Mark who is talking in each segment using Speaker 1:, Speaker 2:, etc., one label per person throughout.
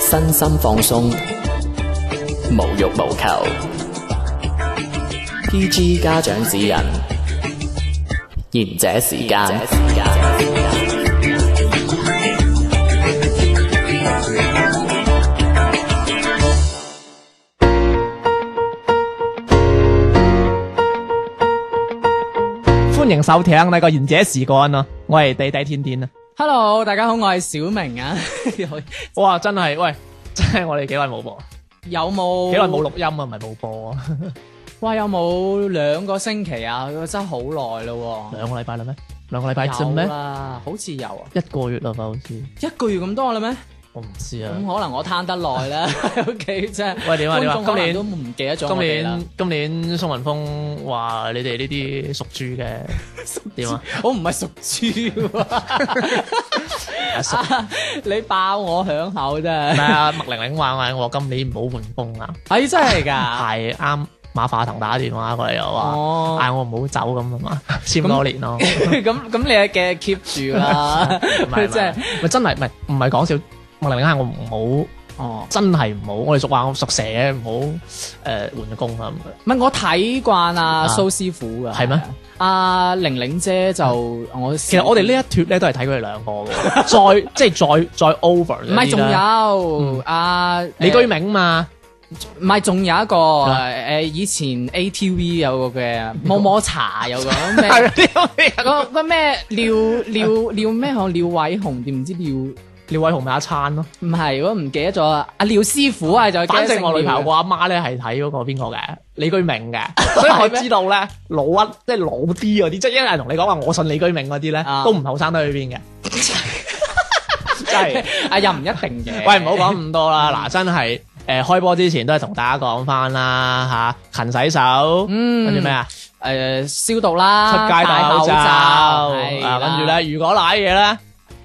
Speaker 1: 身心放鬆，無欲無求。PG 家長指引，賢者時間。
Speaker 2: 欢迎收听呢个贤者时光啊！我系地地天天啊！
Speaker 3: Hello，大家好，我系小明啊。
Speaker 2: 哇，真系喂，真系我哋几耐冇播，
Speaker 3: 有冇
Speaker 2: 几耐冇？录音啊，唔系冇播啊，
Speaker 3: 哇，有冇兩個星期啊？真係好耐咯
Speaker 2: 两个礼拜啦咩？两个礼拜
Speaker 3: 喎。
Speaker 2: 啫
Speaker 3: 有
Speaker 2: 咩？
Speaker 3: 啦，好似有啊，
Speaker 2: 一个月啦吧，好似
Speaker 3: 一個月咁多啦咩？
Speaker 2: 我唔知
Speaker 3: 咁
Speaker 2: 啊。
Speaker 3: 可能我攤得耐啦，喺屋企真係。
Speaker 2: 喂點啊點啊
Speaker 3: 觀眾可能
Speaker 2: 今年
Speaker 3: 都唔記得咗
Speaker 2: 今
Speaker 3: 我哋啦
Speaker 2: 年。今年宋云峰话你哋呢啲屬豬嘅點啊？
Speaker 3: 我唔係屬豬
Speaker 2: 阿 叔
Speaker 3: 喎，你爆我響口真
Speaker 2: 唔係
Speaker 3: 係。
Speaker 2: 啊，麥玲玲話嗌我今年唔好換工啊，
Speaker 3: 哎，真係 㗎。
Speaker 2: 係啱馬化騰打電話過嚟又話
Speaker 3: 哦，
Speaker 2: 嗌我唔好走咁啊嘛，簽多 年咯。
Speaker 3: 咁咁你嘅 keep 住啦，
Speaker 2: 唔
Speaker 3: 佢
Speaker 2: 係唔
Speaker 3: 真
Speaker 2: 係
Speaker 3: 係
Speaker 2: 唔係真係唔係唔係講笑，麥玲玲係我唔好，
Speaker 3: 哦。
Speaker 2: 真係唔好。我哋俗話我屬蛇嘅，唔好誒換工啊。
Speaker 3: 唔係我睇慣阿
Speaker 2: 啊
Speaker 3: 蘇師傅噶，
Speaker 2: 係咩？啊
Speaker 3: 阿玲玲姐就我
Speaker 2: 其
Speaker 3: 其
Speaker 2: 實我哋呢一脱咧都係睇佢哋兩個 嘅，再即係再再 over
Speaker 3: 唔係仲有啊阿
Speaker 2: 李嗯居
Speaker 3: 誒
Speaker 2: 明嘛，
Speaker 3: 唔係仲有一個
Speaker 2: 啊
Speaker 3: 誒以前 ATV 有個嘅摸摸茶有個咩
Speaker 2: 啊
Speaker 3: 個個咩廖廖廖咩好廖偉雄定唔知廖唔
Speaker 2: 廖偉雄咪阿燦咯。
Speaker 3: 係我唔記得咗啊阿廖師傅啊就
Speaker 2: 反正我女朋友個
Speaker 3: 話
Speaker 2: 阿媽咧係睇嗰個邊個嘅李居明嘅，所以我知道咧老屈即係老啲嗰啲，即係一人同你講話我信李居明嗰啲咧
Speaker 3: 啊，
Speaker 2: 都唔後生得去 邊嘅，真係。
Speaker 3: 啊又唔一定嘅，
Speaker 2: 喂，唔好講咁多
Speaker 3: 嗯
Speaker 2: 啦，嗱，真係誒開波之前都係同大家講翻啦吓，勤洗手，
Speaker 3: 嗯啊
Speaker 2: 跟住咩啊？
Speaker 3: 誒消毒
Speaker 2: 出
Speaker 3: 啦，
Speaker 2: 街戴口罩
Speaker 3: 係啦
Speaker 2: 啊，跟住咧，如果賴嘢咧，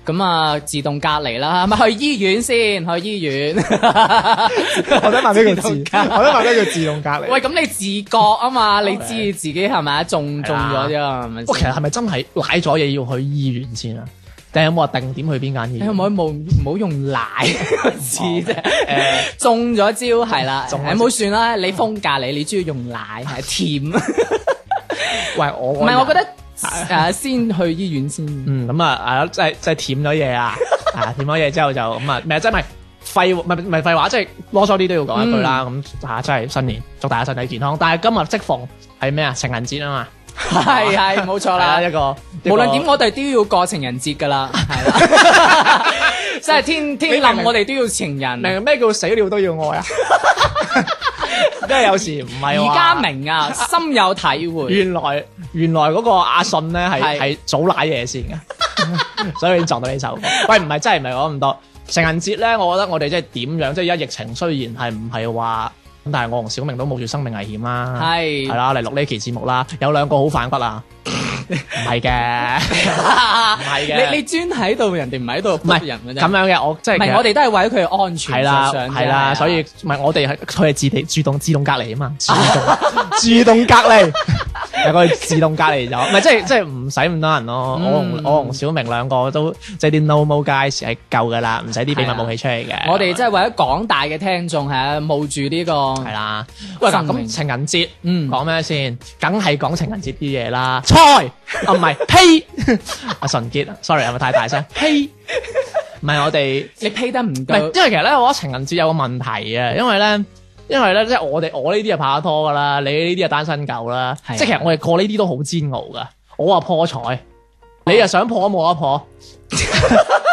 Speaker 3: 咁啊，自動隔離啦， 咪去醫院先，去醫 院。
Speaker 2: 我想問 呢個字，我想問呢個自動隔離
Speaker 3: 喂，
Speaker 2: 喂，
Speaker 3: 咁你自覺啊 嘛，你知自己係咪啊中中咗啫，係咪
Speaker 2: 其實
Speaker 3: 先？
Speaker 2: 係咪真係賴咗嘢要去醫院先啊？定係有冇話定點去邊間醫
Speaker 3: 你可
Speaker 2: 院
Speaker 3: 唔？可以冇唔好用 奶個字啫？
Speaker 2: 誒，
Speaker 3: 中咗招係啦，
Speaker 2: 中咗招
Speaker 3: 誒冇算啦，你封隔離，你中意用奶係甜。
Speaker 2: 喂， 我
Speaker 3: 唔係，我覺
Speaker 2: 得。
Speaker 3: 得誒先去醫院先。
Speaker 2: 嗯，咁啊，係咯，即係即係舔咗嘢 啊，啊，舔咗嘢之後就咁啊，唔係即係唔係廢唔係唔係廢話，即係啰嗦啲都要講一句啦。咁嚇，真係新年祝大家身體健康。但係今日即逢係咩啊？情人節啊嘛，
Speaker 3: 係係冇錯
Speaker 2: 係啊
Speaker 3: 啦
Speaker 2: 啦，一。個
Speaker 3: 無論點，
Speaker 2: 點，
Speaker 3: 我哋都要過情人節㗎 啦，係啦。 即係天天
Speaker 2: 你明唔
Speaker 3: 冧，
Speaker 2: 明
Speaker 3: 我哋都要情人。
Speaker 2: 明啊咩叫死了都要愛啊？ 因為有時唔係話
Speaker 3: 而家，明啊，深有體 會。
Speaker 2: 原來原來嗰個阿信咧係
Speaker 3: 係
Speaker 2: 係早賴嘢先嘅， 所以撞到呢首歌。喂，唔係真係唔係講咁多。情人節咧，我覺得我哋即係點樣，即係而家疫情雖然係唔係話咁，但係我同小明都冒住生命危險啦。
Speaker 3: 係
Speaker 2: 係啦，嚟錄呢期節目啦，有兩個好反骨啊，唔 係嘅，唔係嘅
Speaker 3: 你你專喺度，人哋唔喺度
Speaker 2: 唔
Speaker 3: 唔
Speaker 2: 係
Speaker 3: 人嘅啫。
Speaker 2: 咁樣嘅，我即
Speaker 3: 唔
Speaker 2: 係
Speaker 3: 係我哋都係為咗佢嘅安全
Speaker 2: 係啦，係
Speaker 3: 啊
Speaker 2: 啦，所以唔係我哋係佢係自地自動自動隔離啊嘛， 自動自動隔離， 係佢自動隔離咗，唔係即係即係唔使咁多人咯。我同
Speaker 3: 嗯
Speaker 2: 我同小明兩個都即係啲 normal guys 係夠噶啦，唔使啲秘密武器出嚟嘅。
Speaker 3: 我哋真係為咗廣大嘅聽眾係啊冒住呢個
Speaker 2: 係啦。喂嗱，
Speaker 3: 生命
Speaker 2: 咁情人節
Speaker 3: 嗯
Speaker 2: 講咩先？梗係講情人節啲嘢啦。菜啊唔係 呸，阿純潔，sorry 係咪太大聲？呸，唔係我哋。
Speaker 3: 你 pay 得唔
Speaker 2: 唔係，
Speaker 3: 夠，
Speaker 2: 因為其實咧，我覺得情人節有個問題啊，因為咧，因為咧，即係我哋我呢啲就拍拖噶啦，你呢啲就單身狗啦，
Speaker 3: 係啊
Speaker 2: 即係其實我哋過呢啲都好煎熬噶。我話破財，你又想破都冇得 破，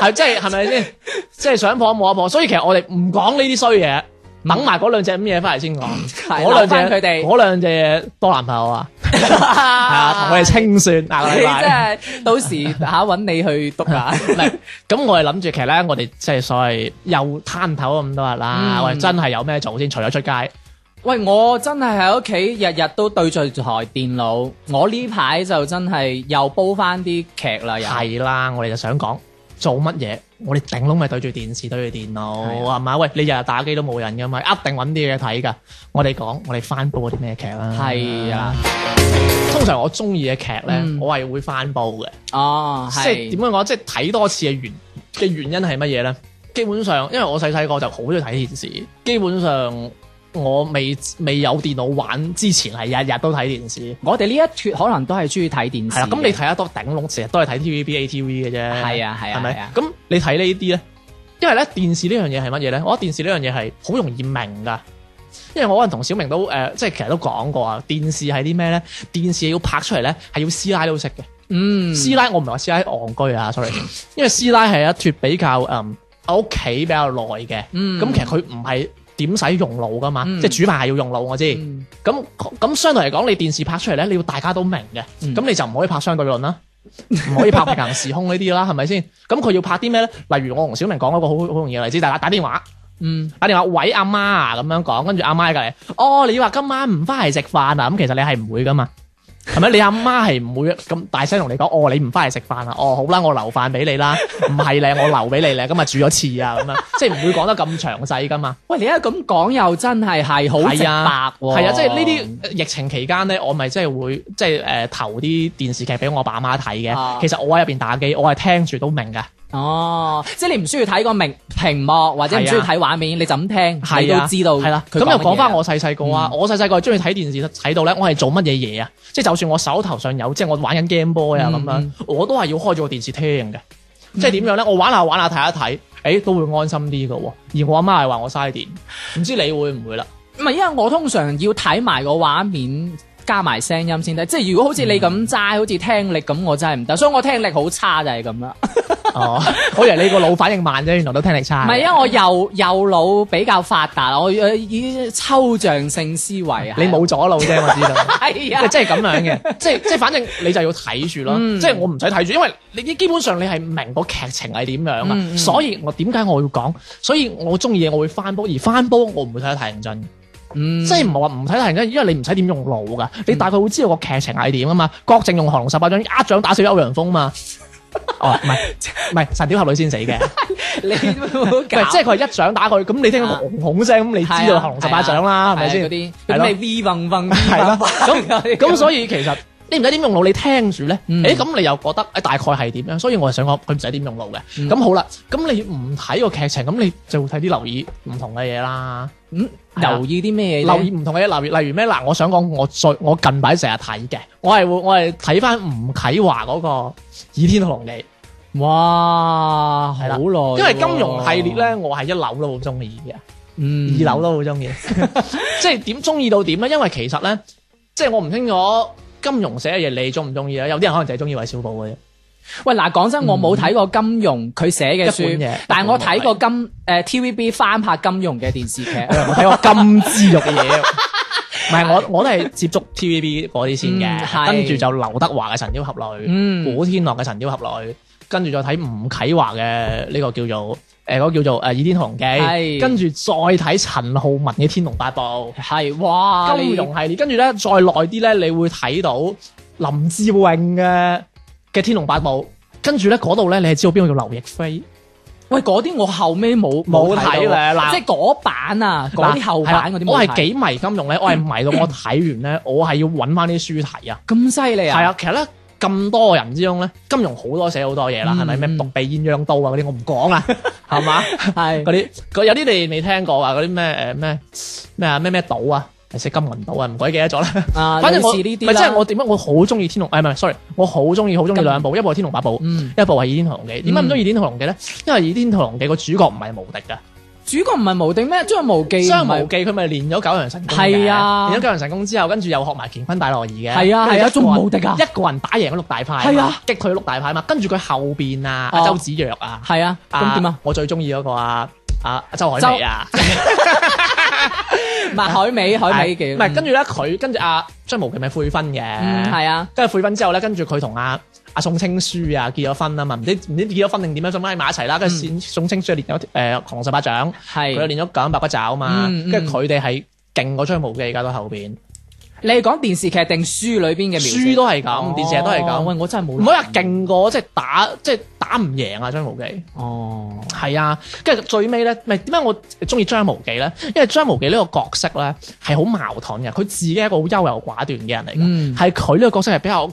Speaker 2: 係即係係咪先？即係想破都冇得破，所以其實我哋唔講呢啲衰嘢，等埋嗰兩隻咁嘢翻嚟先講。
Speaker 3: 係
Speaker 2: 嗰兩隻
Speaker 3: 留返佢哋
Speaker 2: 嗰兩隻嘢多男朋友啊，係啊，同佢哋清算下個
Speaker 3: 你
Speaker 2: 禮拜
Speaker 3: 真係到時下揾你去督啊！
Speaker 2: 唔係，咁我哋諗住其實咧，我哋即係所謂又攤頭咁多日啦，
Speaker 3: 嗯
Speaker 2: 我哋真係有咩做先？除咗出街，
Speaker 3: 喂，我真係喺屋企日日都對住台電腦，我呢排就真係又煲翻啲劇啦，又
Speaker 2: 係啦，我哋就想講做乜嘢？我哋頂籠咪對住電視、對住電腦，係嘛？喂，你日日打機都冇人噶嘛，一定揾啲嘢睇噶。我哋講，我哋翻煲嗰啲咩劇啦？
Speaker 3: 係啊，
Speaker 2: 通常我中意嘅劇咧，
Speaker 3: 嗯
Speaker 2: 我係會翻煲嘅。
Speaker 3: 哦，
Speaker 2: 即係點
Speaker 3: 係
Speaker 2: 樣講？即係睇多次嘅原嘅原因係乜嘢咧？基本上，因為我細細個就好中意睇電視，基本上我未未有電腦玩之前係日日都睇電視。
Speaker 3: 我哋呢一脱可能都係中意睇電視
Speaker 2: 係
Speaker 3: 嘅。
Speaker 2: 啦，咁你睇得多頂籠，成日都係睇 TVB、ATV 嘅
Speaker 3: 係
Speaker 2: 啫。
Speaker 3: 啊係啊
Speaker 2: 係
Speaker 3: 係啊
Speaker 2: 咪？咁你睇呢啲咧，因為咧電視呢樣嘢係乜嘢咧？我覺得電視呢樣嘢係好容易明噶。因為我嗰陣同小明都誒、呃即係其實都講過啊，電視係啲咩咧？電視要拍出嚟咧，係要師奶都識嘅。
Speaker 3: 嗯
Speaker 2: 師奶我唔係話師奶戇居啊，sorry，因為師奶係一脱比較誒喺屋企比較耐嘅，咁、
Speaker 3: 嗯
Speaker 2: 其實佢唔係點使用腦噶嘛，
Speaker 3: 嗯
Speaker 2: 即係煮飯係要用腦我知。
Speaker 3: 嗯
Speaker 2: 咁咁相對嚟講，你電視拍出嚟咧，你要大家都明嘅，咁、
Speaker 3: 嗯
Speaker 2: 你就唔可以拍相對論啦，唔可以拍平行時空呢啲啦，係咪先？咁佢要拍啲咩咧？例如我同小明講嗰個好好容易嘅例子，大家打電話，
Speaker 3: 嗯
Speaker 2: 打電話喂阿媽啊咁樣講，跟住阿媽喺隔離，哦你話今晚唔翻嚟食飯啊？咁其實你係唔會噶嘛。係咪？你阿媽係唔會咁大聲同你講，哦，你唔翻嚟食飯啊？哦，好啦，我留飯俾 你啦，唔係咧，我留俾你咧，今日煮咗次啊，咁樣，即係唔會講得咁詳細噶嘛。
Speaker 3: 喂，你而家咁講又真係係好直
Speaker 2: 係
Speaker 3: 白
Speaker 2: 啊
Speaker 3: 喎。
Speaker 2: 係啊，即係呢啲疫情期間咧，我咪即係會即係誒投啲電視劇俾我爸媽睇
Speaker 3: 啊
Speaker 2: 嘅。其實我喺入邊打機，我係聽住都明嘅。
Speaker 3: 哦，即係你唔需要睇個明屏幕或者唔需要睇畫面，你就咁聽，你
Speaker 2: 啊係
Speaker 3: 都
Speaker 2: 啊，
Speaker 3: 知道。
Speaker 2: 係啦。咁又講翻我細細個
Speaker 3: 嗯
Speaker 2: 啊，我細細個係中意睇電視睇到咧，我係做乜嘢嘢啊？即係就算我手頭上有，即係我玩緊 Game Boy 啊咁樣
Speaker 3: 嗯，
Speaker 2: 我都係要開咗個電視聽嘅。即係點樣咧？我玩下玩下睇一睇，誒都會安心啲嘅喎。而我阿媽係話我嘥電，唔知你會唔會啦？
Speaker 3: 唔係，因為我通常要睇埋個畫面加埋聲音先得。即係如果好似你咁齋，好似聽力咁，我真係唔得。所以我聽力好差就係咁啦。
Speaker 2: 哦，我以為你個腦反應慢啫，原來都聽力差。
Speaker 3: 唔係，因啊為我右右腦比較發達，我呃以抽象性思維啊。
Speaker 2: 你冇左腦啫，我知道。
Speaker 3: 係啊
Speaker 2: 即？係咁樣嘅，即係即係，反正你就要睇住咯。
Speaker 3: 嗯
Speaker 2: 即係我唔使睇住，因為你基本上你係明個劇情係點樣啊。
Speaker 3: 嗯嗯
Speaker 2: 所以我點解我要講？所以我中意嘢，我會翻煲，而翻煲我唔會睇得太認真。
Speaker 3: 嗯
Speaker 2: 即係唔係話唔睇太認真，因為你唔使點用腦噶，你大概會知道個劇情係點啊嘛。郭靖用降龍十八掌一掌打死歐陽 鋒嘛。哦，唔係唔係，神雕俠侶先死嘅，
Speaker 3: 你都好
Speaker 2: 唔係即係佢係一掌打佢，咁你聽到
Speaker 3: 啊
Speaker 2: 轟轟聲，咁你知道降龍十八掌啦，係咪先
Speaker 3: 嗰？啲
Speaker 2: 係咯
Speaker 3: 嗰啲咩 V 嗡嗡
Speaker 2: 係啦，
Speaker 3: 咁
Speaker 2: 咁所以其實你唔使點用腦，你聽住咧，
Speaker 3: 嗯
Speaker 2: 誒咁你又覺得誒大概係點樣？所以我係想講佢唔使點用腦嘅。
Speaker 3: 嗯
Speaker 2: 咁好啦，咁你唔睇個劇情，咁你就會睇啲留意唔同嘅嘢啦。
Speaker 3: 嗯留意啲咩嘢呢？
Speaker 2: 留意唔同嘅嘢，例如例如咩嗱，我想講我最我近排成日睇嘅，我係會我係睇翻吳啟華嗰個《倚天屠龍記》，
Speaker 3: 哇，好
Speaker 2: 係
Speaker 3: 耐
Speaker 2: 啦
Speaker 3: 喎，
Speaker 2: 因為金融系列咧，我係一樓都好中意嘅。
Speaker 3: 嗯，
Speaker 2: 二樓都 好中意，即係點中意到點咧？因為其實咧，即係我唔清楚金融寫嘅嘢你中唔中意啦。啊有啲人可能就係中意韋小寶嘅啫，
Speaker 3: 喂，嗱，講真，我冇睇過金庸佢寫嘅
Speaker 2: 嗯一本
Speaker 3: 書
Speaker 2: 嘢，
Speaker 3: 但係我睇過金誒 TVB 翻拍金庸嘅電視 劇。
Speaker 2: 我又冇睇過金枝玉嘅 嘢。唔係我我都係接觸 TVB 嗰啲先
Speaker 3: 嗯
Speaker 2: 嘅，
Speaker 3: 係
Speaker 2: 跟住就劉德華嘅《神雕俠侶》，
Speaker 3: 嗯
Speaker 2: 古天樂嘅《神雕俠侶》，跟住再睇吳啟華嘅呢個叫做誒嗰個叫做誒《倚天屠龍記》，
Speaker 3: 係
Speaker 2: 跟住再睇陳浩文嘅《天龍八部》。
Speaker 3: 係，哇，
Speaker 2: 金
Speaker 3: 你
Speaker 2: 融系列，跟住咧再耐啲咧，你會睇到林志穎嘅嘅《天龍八部》，跟住咧嗰度咧，你係知道邊個叫劉亦菲，
Speaker 3: 喂嗰啲我後尾冇
Speaker 2: 冇睇
Speaker 3: 到
Speaker 2: 咧嗱
Speaker 3: 即係嗰版啊，嗰啲後版嗰啲
Speaker 2: 嗱係啦我
Speaker 3: 冇
Speaker 2: 係
Speaker 3: 睇。嗯
Speaker 2: 幾迷金融咧，我係迷到我睇完 咧，我係要揾翻啲書睇啊。
Speaker 3: 咁犀利啊！
Speaker 2: 係啊，其實咧咁多人之中咧，金融好多寫好多嘢啦，係咪咩
Speaker 3: 嗯
Speaker 2: 獨臂鴛鴦刀啊嗰啲，我唔講 啦，係嘛
Speaker 3: 係
Speaker 2: 嗰啲嗰有啲你未聽過啊，嗰啲咩誒咩咩啊咩咩島啊，係寫金銀島啊，唔鬼記得咗啦。
Speaker 3: 啊，
Speaker 2: 反正我
Speaker 3: 類似
Speaker 2: 咪
Speaker 3: 呢
Speaker 2: 即
Speaker 3: 啲啦
Speaker 2: 係我點解我好中意天龍，誒唔係，sorry，我好中意好中意兩部，一部係天龍八部，
Speaker 3: 嗯
Speaker 2: 一部係倚天屠龍記。點解唔中意倚天屠龍記咧？因為倚天屠龍記個主角唔係無敵㗎，
Speaker 3: 主角唔係無敵咩？張無忌
Speaker 2: 張
Speaker 3: 唔係
Speaker 2: 無忌佢咪練咗九陽神功嘅，
Speaker 3: 係啊
Speaker 2: 練咗九陽神功之後，跟住又學埋乾坤大挪移嘅，
Speaker 3: 係啊
Speaker 2: 跟
Speaker 3: 係
Speaker 2: 住
Speaker 3: 啊
Speaker 2: 一個
Speaker 3: 仲
Speaker 2: 人
Speaker 3: 無敵啊
Speaker 2: 一個人打贏咗六大派，
Speaker 3: 係啊，
Speaker 2: 擊退六大派嘛，跟住佢後邊啊，
Speaker 3: 哦
Speaker 2: 阿周芷若啊，
Speaker 3: 係啊，咁點啊？？
Speaker 2: 我最中意嗰個啊，啊周海媚啊。
Speaker 3: 唔係海美海美嘅，
Speaker 2: 唔係，跟住咧，佢跟住阿張無忌咪悔婚嘅，
Speaker 3: 嗯係啊，
Speaker 2: 跟住悔婚之後咧，跟住佢同阿阿宋青書啊結咗婚啊嘛，唔知唔知結咗婚定點樣，總之喺埋一齊啦。跟住宋宋青書練咗誒降龍十八掌，佢又
Speaker 3: 嗯係
Speaker 2: 練咗九陰白骨爪啊嘛
Speaker 3: 嗯，嗯
Speaker 2: 跟住佢哋係勁過張無忌㗎到後邊，
Speaker 3: 你係講電視劇定書裏邊嘅描寫
Speaker 2: 書都係咁，電視劇都係
Speaker 3: 哦
Speaker 2: 咁。
Speaker 3: 喂，我真係冇
Speaker 2: 唔好啊話勁過，即係打，即係打唔贏啊！張無忌
Speaker 3: 哦，
Speaker 2: 係啊，跟住最尾咧，咪點解我中意張無忌咧？因為張無忌呢個角色咧係好矛盾嘅，佢自己係一個好優柔寡斷嘅人嚟嘅。
Speaker 3: 嗯
Speaker 2: 係佢呢個角色係比較貼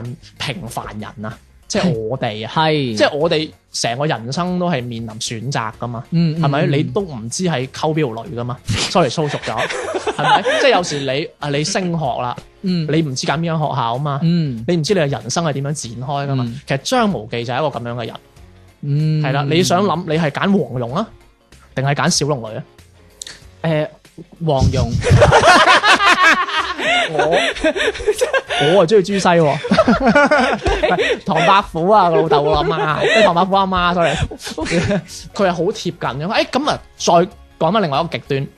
Speaker 2: 近平凡人啊，即係我哋啊，
Speaker 3: 係，
Speaker 2: 即係我哋成個人生都係面臨選擇噶嘛。
Speaker 3: 嗯，嗯
Speaker 2: 係咪？
Speaker 3: 嗯
Speaker 2: 你都唔知係溝邊條女噶嘛？sorry，粗俗咗，係咪？即係有時你啊，你升學啦，
Speaker 3: 嗯
Speaker 2: 你唔知揀邊間學校啊嘛，
Speaker 3: 嗯
Speaker 2: 你唔知你嘅人生係點樣展開噶嘛
Speaker 3: 嗯？
Speaker 2: 其實張無忌就係一個咁樣嘅人，
Speaker 3: 嗯，
Speaker 2: 係啦。你想諗你係揀黃蓉啊，定係揀小龍女啊？
Speaker 3: 誒黃 蓉
Speaker 2: 我啊中意 朱熹喎，唐伯虎啊個老豆個阿媽，即係唐伯虎阿媽，sorry，佢係好貼近嘅。誒咁啊，再講翻另外一個極端，《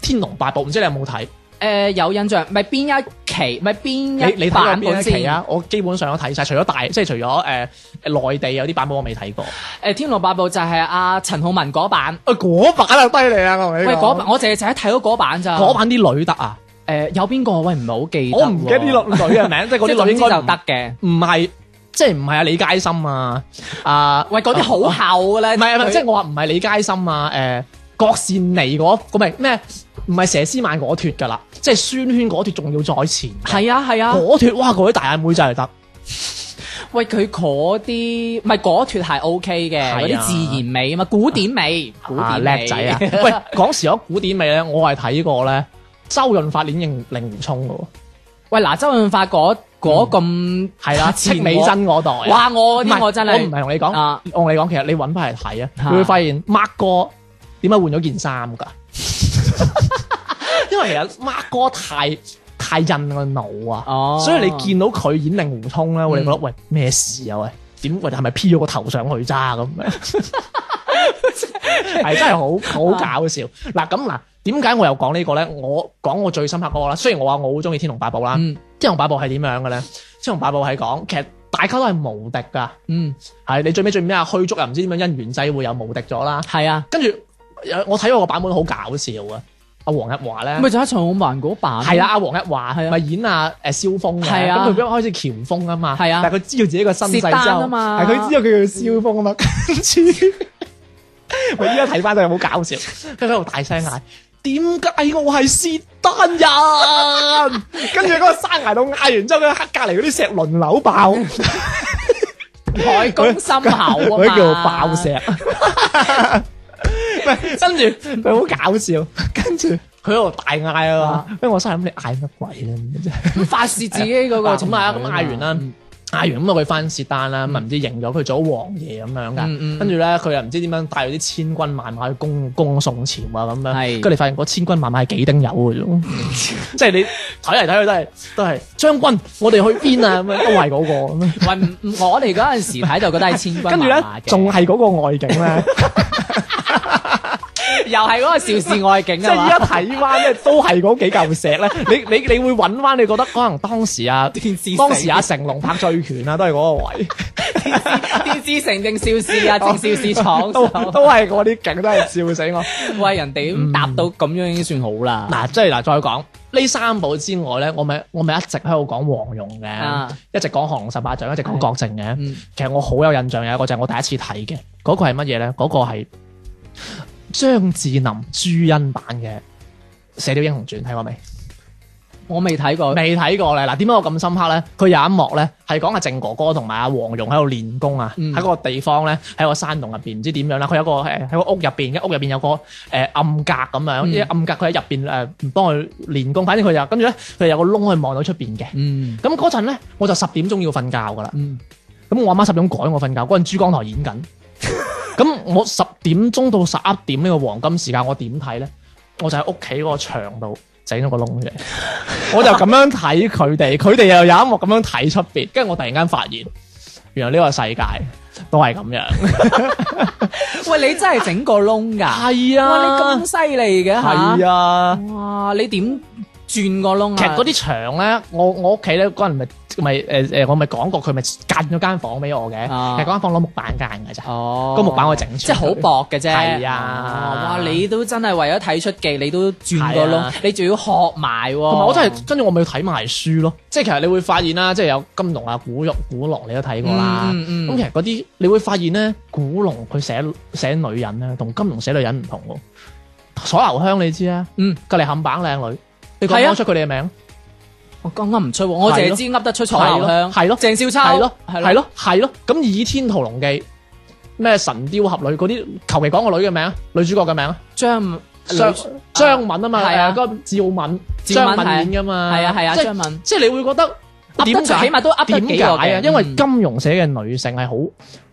Speaker 2: 天龍八部》，唔知你有冇睇？
Speaker 3: 誒有印象，咪邊一期咪邊
Speaker 2: 你
Speaker 3: 一
Speaker 2: 你睇過
Speaker 3: 版
Speaker 2: 邊
Speaker 3: 本
Speaker 2: 一期
Speaker 3: 先？
Speaker 2: 啊？我基本上都睇晒，除咗大，即係除咗誒誒內地有啲版本我未睇過。
Speaker 3: 誒《天龍八部》就係阿陳浩文嗰版，
Speaker 2: 喂，嗰版啊低你啊！我同
Speaker 3: 喂嗰版我淨係就係睇到嗰版咋。
Speaker 2: 嗰版啲女得啊，
Speaker 3: 誒有邊個？喂唔係好記得喎，
Speaker 2: 我唔記得啲女嘅 名，即係
Speaker 3: 即係
Speaker 2: 嗰
Speaker 3: 總
Speaker 2: 啲女
Speaker 3: 之
Speaker 2: 應
Speaker 3: 就
Speaker 2: 該唔
Speaker 3: 得嘅。
Speaker 2: 唔係，即係唔係啊李佳芯啊啊！
Speaker 3: 喂，嗰啲好厚噶啦，
Speaker 2: 唔係唔係，
Speaker 3: 佢
Speaker 2: 即係我話唔係李佳芯啊，誒、郭善妮嗰嗰咪咩？唔係佘詩曼嗰脱㗎啦，即係宣萱嗰脱仲要再前。
Speaker 3: 係啊係啊，
Speaker 2: 嗰脱哇！嗰啲大眼妹真係得，
Speaker 3: 喂佢嗰啲唔係嗰脱係 O K 嘅，
Speaker 2: 係啊
Speaker 3: 嗰啲自然美啊嘛，古典美，古
Speaker 2: 啊
Speaker 3: 典美
Speaker 2: 叻仔啊！ 喂，講時嗰古典美咧，我係睇過咧，周潤發演令令狐沖嘅喎，
Speaker 3: 喂嗱，周潤發嗰嗰咁
Speaker 2: 嗯係 啦，戚美珍嗰代啊。
Speaker 3: 哇！我
Speaker 2: 唔
Speaker 3: 呢
Speaker 2: 係
Speaker 3: 個真係
Speaker 2: 我唔係同你講，
Speaker 3: 啊
Speaker 2: 我同你講，其實你揾翻嚟睇啊，
Speaker 3: 啊
Speaker 2: 你會發現 Mark 哥點解換咗件 衫㗎？因為其實 Mark 哥太太印個腦啊。
Speaker 3: 哦，
Speaker 2: 所以你見到佢演令狐沖咧，我哋覺得
Speaker 3: 嗯
Speaker 2: 喂咩事啊喂？點喂係咪 P 咗個頭上去 揸咁？係真係好
Speaker 3: 啊
Speaker 2: 好搞笑。嗱咁嗱，點解我又講呢個咧？我講我最深刻嗰個啦。雖然我話我好中意《天龍八部》啦，
Speaker 3: 嗯
Speaker 2: 天龍八部》係點樣嘅咧？《天龍八部》係講其實大家都係無敵㗎，
Speaker 3: 嗯
Speaker 2: 係你最尾最尾啊虛竹又唔知點樣因緣際會又無敵咗啦。
Speaker 3: 係啊，
Speaker 2: 跟住有我睇過個版本好搞笑啊！阿黃日華咧。
Speaker 3: 咪就係陳浩文嗰版
Speaker 2: 係啦，，阿黃一華
Speaker 3: 係啊
Speaker 2: 咪演阿誒蕭峰嘅，
Speaker 3: 係啊
Speaker 2: 咁佢一開始喬峰啊嘛，
Speaker 3: 係啊
Speaker 2: 但係佢知道自己個身世之後，
Speaker 3: 薛丹啊嘛
Speaker 2: 係佢知道佢叫蕭峰啊 嘛，跟住我依家睇翻都係好搞笑，佢喺度大聲嗌。點解我係薛丹人？ 跟住嗰個山崖度嗌完之後，佢隔離嗰啲石輪流 爆，
Speaker 3: 海公心口啊 嘛，
Speaker 2: 佢叫爆石。唔係跟住佢好搞笑，跟住佢喺度大嗌啊嘛，跟住我心諗你嗌乜鬼咧？真係
Speaker 3: 咁發泄自己嗰個
Speaker 2: 嗱 咁啊，咁嗌完啦，嗌完咁啊，佢翻薛丹啦，咁啊唔知認咗佢做咗王爺咁樣
Speaker 3: 嗯嗯
Speaker 2: 噶，跟住咧佢又唔知點樣帶咗啲千軍萬馬去攻攻宋朝啊咁
Speaker 3: 係
Speaker 2: 樣，跟住你發現嗰千軍萬馬係幾丁友嘅 啫，即係你睇嚟睇去都係都係將軍，我哋去邊啊咁樣，都係嗰個咁樣，
Speaker 3: 喂，唔唔我哋嗰陣時睇就覺得係千軍
Speaker 2: 跟
Speaker 3: 萬
Speaker 2: 住咧
Speaker 3: 馬嘅
Speaker 2: 仲係嗰個外景 咧，
Speaker 3: 又係嗰個邵氏外景
Speaker 2: 即
Speaker 3: 啊
Speaker 2: 係
Speaker 3: 嘛
Speaker 2: 依家睇翻咧都係嗰幾嚿石咧，你你你會揾翻你覺得可能當時啊
Speaker 3: 電視城
Speaker 2: 當時啊成龍拍醉拳啊都係嗰個 位。
Speaker 3: 電視城定邵氏 啊，定邵氏廠
Speaker 2: 都都係嗰啲景，真係笑死我。
Speaker 3: 喂人哋咁答到咁樣已經算好啦。
Speaker 2: 嗯嗱，即係嗱，再講呢三部之外咧，我咪我咪一直喺度講黃蓉嘅
Speaker 3: 啊，
Speaker 2: 一直講降龍十八掌，一直講郭靖嘅。
Speaker 3: 嗯
Speaker 2: 其實我好有印象有一個就係我第一次睇嘅，嗰、個係乜嘢咧？嗰、個係張智霖朱茵版嘅《射雕英雄傳》，睇過未？
Speaker 3: 我未睇過，
Speaker 2: 未睇過咧。嗱，點解我咁深刻咧？佢有一幕咧係講阿靖哥哥同埋阿黃蓉喺度練功啊，
Speaker 3: 嗯
Speaker 2: 喺嗰個地方咧，喺個山洞入邊，唔知點樣啦。佢有個誒喺個屋入邊，一屋入邊有個誒暗格咁樣，
Speaker 3: 嗯
Speaker 2: 一暗格佢喺入邊誒唔幫佢練功，反正佢就跟住咧，佢有個窿可以望到出邊嘅。
Speaker 3: 嗯
Speaker 2: 咁嗰陣咧，我就十點鐘要瞓覺噶啦。
Speaker 3: 嗯
Speaker 2: 咁我阿媽十點趕我瞓覺，嗰陣珠江台演緊。咁我十點鐘到十一點呢個黃金時間，我點睇咧？我就喺屋企嗰個牆度整咗個窿出嚟，我就咁樣睇佢哋，佢哋又有一幕咁樣睇出邊，跟住我突然間發現，原來呢個世界都係咁樣。
Speaker 3: 喂，你真係整個窿㗎？
Speaker 2: 係
Speaker 3: 哇，
Speaker 2: 啊
Speaker 3: 你，咁犀利嘅嚇！
Speaker 2: 係
Speaker 3: 嗯
Speaker 2: 啊。
Speaker 3: 哇，你點轉個窿啊？
Speaker 2: 其實嗰啲牆咧，我我屋企咧嗰陣咪咪誒誒，我咪講過佢咪間咗間房俾我嘅，
Speaker 3: 啊
Speaker 2: 其實嗰間房攞木板間㗎咋。
Speaker 3: 哦，
Speaker 2: 個木板我整出
Speaker 3: 即係好薄嘅啫。
Speaker 2: 係啊
Speaker 3: 哦哇！你都真係為咗睇出技，你都轉個
Speaker 2: 係
Speaker 3: 窿
Speaker 2: 啊，
Speaker 3: 你仲要學埋喎。
Speaker 2: 同埋我真係跟住我咪要睇埋書咯，即係其實你會發現啦，即係有金庸啊、古玉、古龍你都睇過啦。咁、
Speaker 3: 嗯嗯嗯
Speaker 2: 其實嗰啲你會發現咧，古龍佢寫寫女人咧，同金庸寫女人唔同喎。楚留香你知啊，
Speaker 3: 嗯，
Speaker 2: 隔離冚棒靚女，你
Speaker 3: 係啊
Speaker 2: 講唔出佢哋嘅名，
Speaker 3: 我講噏唔出喎，我淨係知噏得出楚留香，
Speaker 2: 係咯
Speaker 3: 鄭少秋
Speaker 2: 係咯，
Speaker 3: 係
Speaker 2: 係咯，係咯。咁《倚天屠龍記》咩神雕俠侶嗰啲，求其講個女嘅名啊，女主角嘅名啊，
Speaker 3: 張
Speaker 2: 張張敏啊嘛，
Speaker 3: 係
Speaker 2: 係
Speaker 3: 啊
Speaker 2: 啊，嗰個趙敏，
Speaker 3: 趙敏
Speaker 2: 張敏演噶嘛，
Speaker 3: 係啊係啊
Speaker 2: 即係
Speaker 3: 張敏
Speaker 2: 即係你會覺得
Speaker 3: 噏得
Speaker 2: 點
Speaker 3: 出，
Speaker 2: 解
Speaker 3: 起碼都噏得
Speaker 2: 點
Speaker 3: 幾
Speaker 2: 解
Speaker 3: 個
Speaker 2: 啊？
Speaker 3: 嘅，嗯
Speaker 2: 因為金庸寫嘅女性係好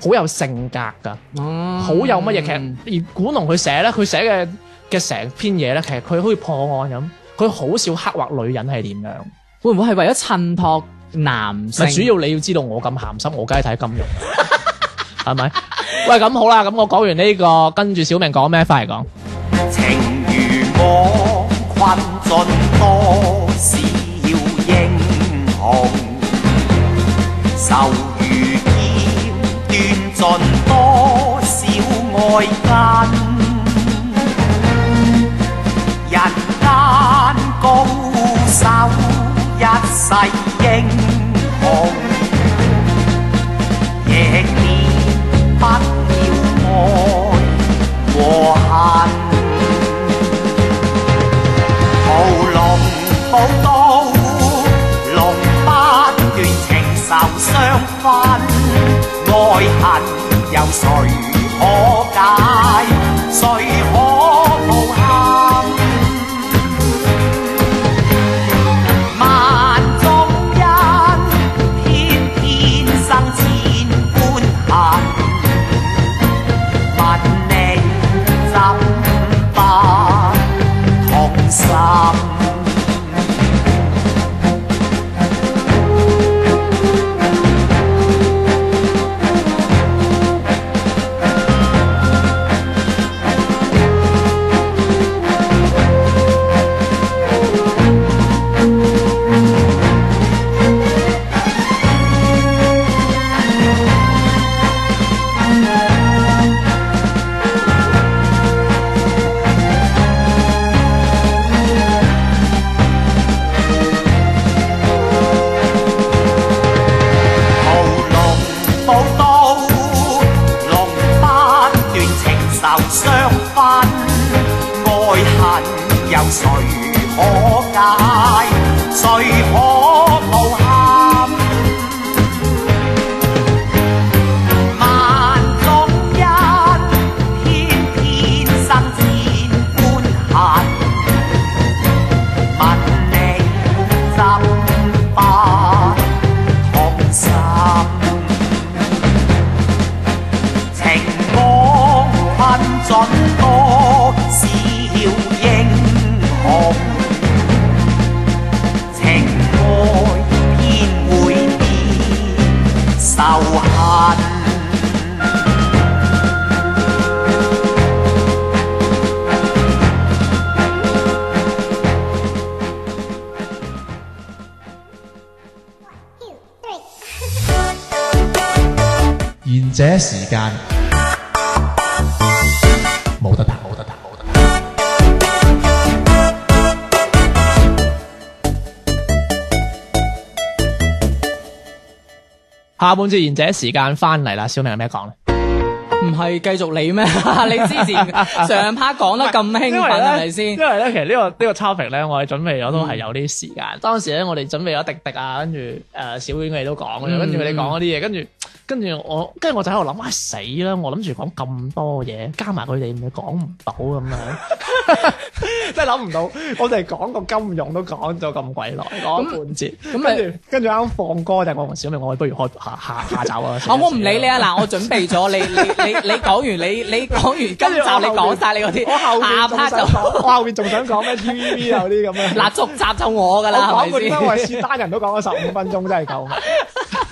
Speaker 2: 好有性格㗎，嗯好
Speaker 3: 好
Speaker 2: 有乜嘢？
Speaker 3: 嗯
Speaker 2: 其實而古龍佢寫咧，佢寫嘅嘅成篇嘢咧，其實佢好似破案咁，佢好少刻畫女人係點樣。
Speaker 3: 會唔會係為咗襯托男性？
Speaker 2: 咪主要你要知道我咁鹹濕，我梗係睇金融，係咪？喂，咁好啦，咁我講完呢、個，跟住小明講咩？翻嚟講。
Speaker 4: 情如我困盡多少英雄，愁如劍斷盡多少愛根，人間高手一世英雄。亦免不了愛和恨。屠龍寶刀，龍不斷情仇相分，愛恨有誰可解？誰可抱憾？萬中因，偏偏生千般恨。問你怎不痛心？屠龍寶刀，龍不斷情仇相分，愛恨有誰可解？誰可抱憾？萬中一，偏偏生千般恨。問你怎把痛心？情我困盡多少英雄？情愛偏會變仇恨。
Speaker 5: 贤者時間冇得彈，冇得彈，冇得彈。
Speaker 2: 下半節賢者時間翻嚟啦，小明有咩講咧？
Speaker 3: 唔係繼續你咩？ 你之前上 part 講得 咁興奮係咪先
Speaker 2: 因？為咧，其實呢、個呢、個 topic 咧，我哋準備咗都係有啲時間。
Speaker 3: 嗯
Speaker 2: 當時咧，我哋準備咗滴滴啊，跟住誒小婉佢哋都講
Speaker 3: 嗯
Speaker 2: 嘅，跟住佢哋講嗰啲嘢，跟住跟住我，跟住我就喺度諗，唉死啦！我諗住講咁多嘢，加埋佢哋咪講唔到咁 樣，真係諗唔到。我哋講個金融都講咗咁鬼耐，講咗半節。
Speaker 3: 咁咪
Speaker 2: 跟住跟住啱放歌就係我同小明，我哋不如開下下下集啊！
Speaker 3: 啊！我唔理你啊！ 嗱，我準備咗你，你你你講完你你講完今集你
Speaker 2: 跟住我後面
Speaker 3: 講晒你嗰啲，
Speaker 2: 我後
Speaker 3: 下
Speaker 2: 面仲
Speaker 3: part 就
Speaker 2: 想講，我後面仲想講咩 TVB 有啲咁樣。
Speaker 3: 嗱續集就我㗎啦，
Speaker 2: 我講
Speaker 3: 係
Speaker 2: 嗰
Speaker 3: 咪
Speaker 2: 啲
Speaker 3: 先？
Speaker 2: 喂，薛單人都講咗十 五分鐘，真係夠。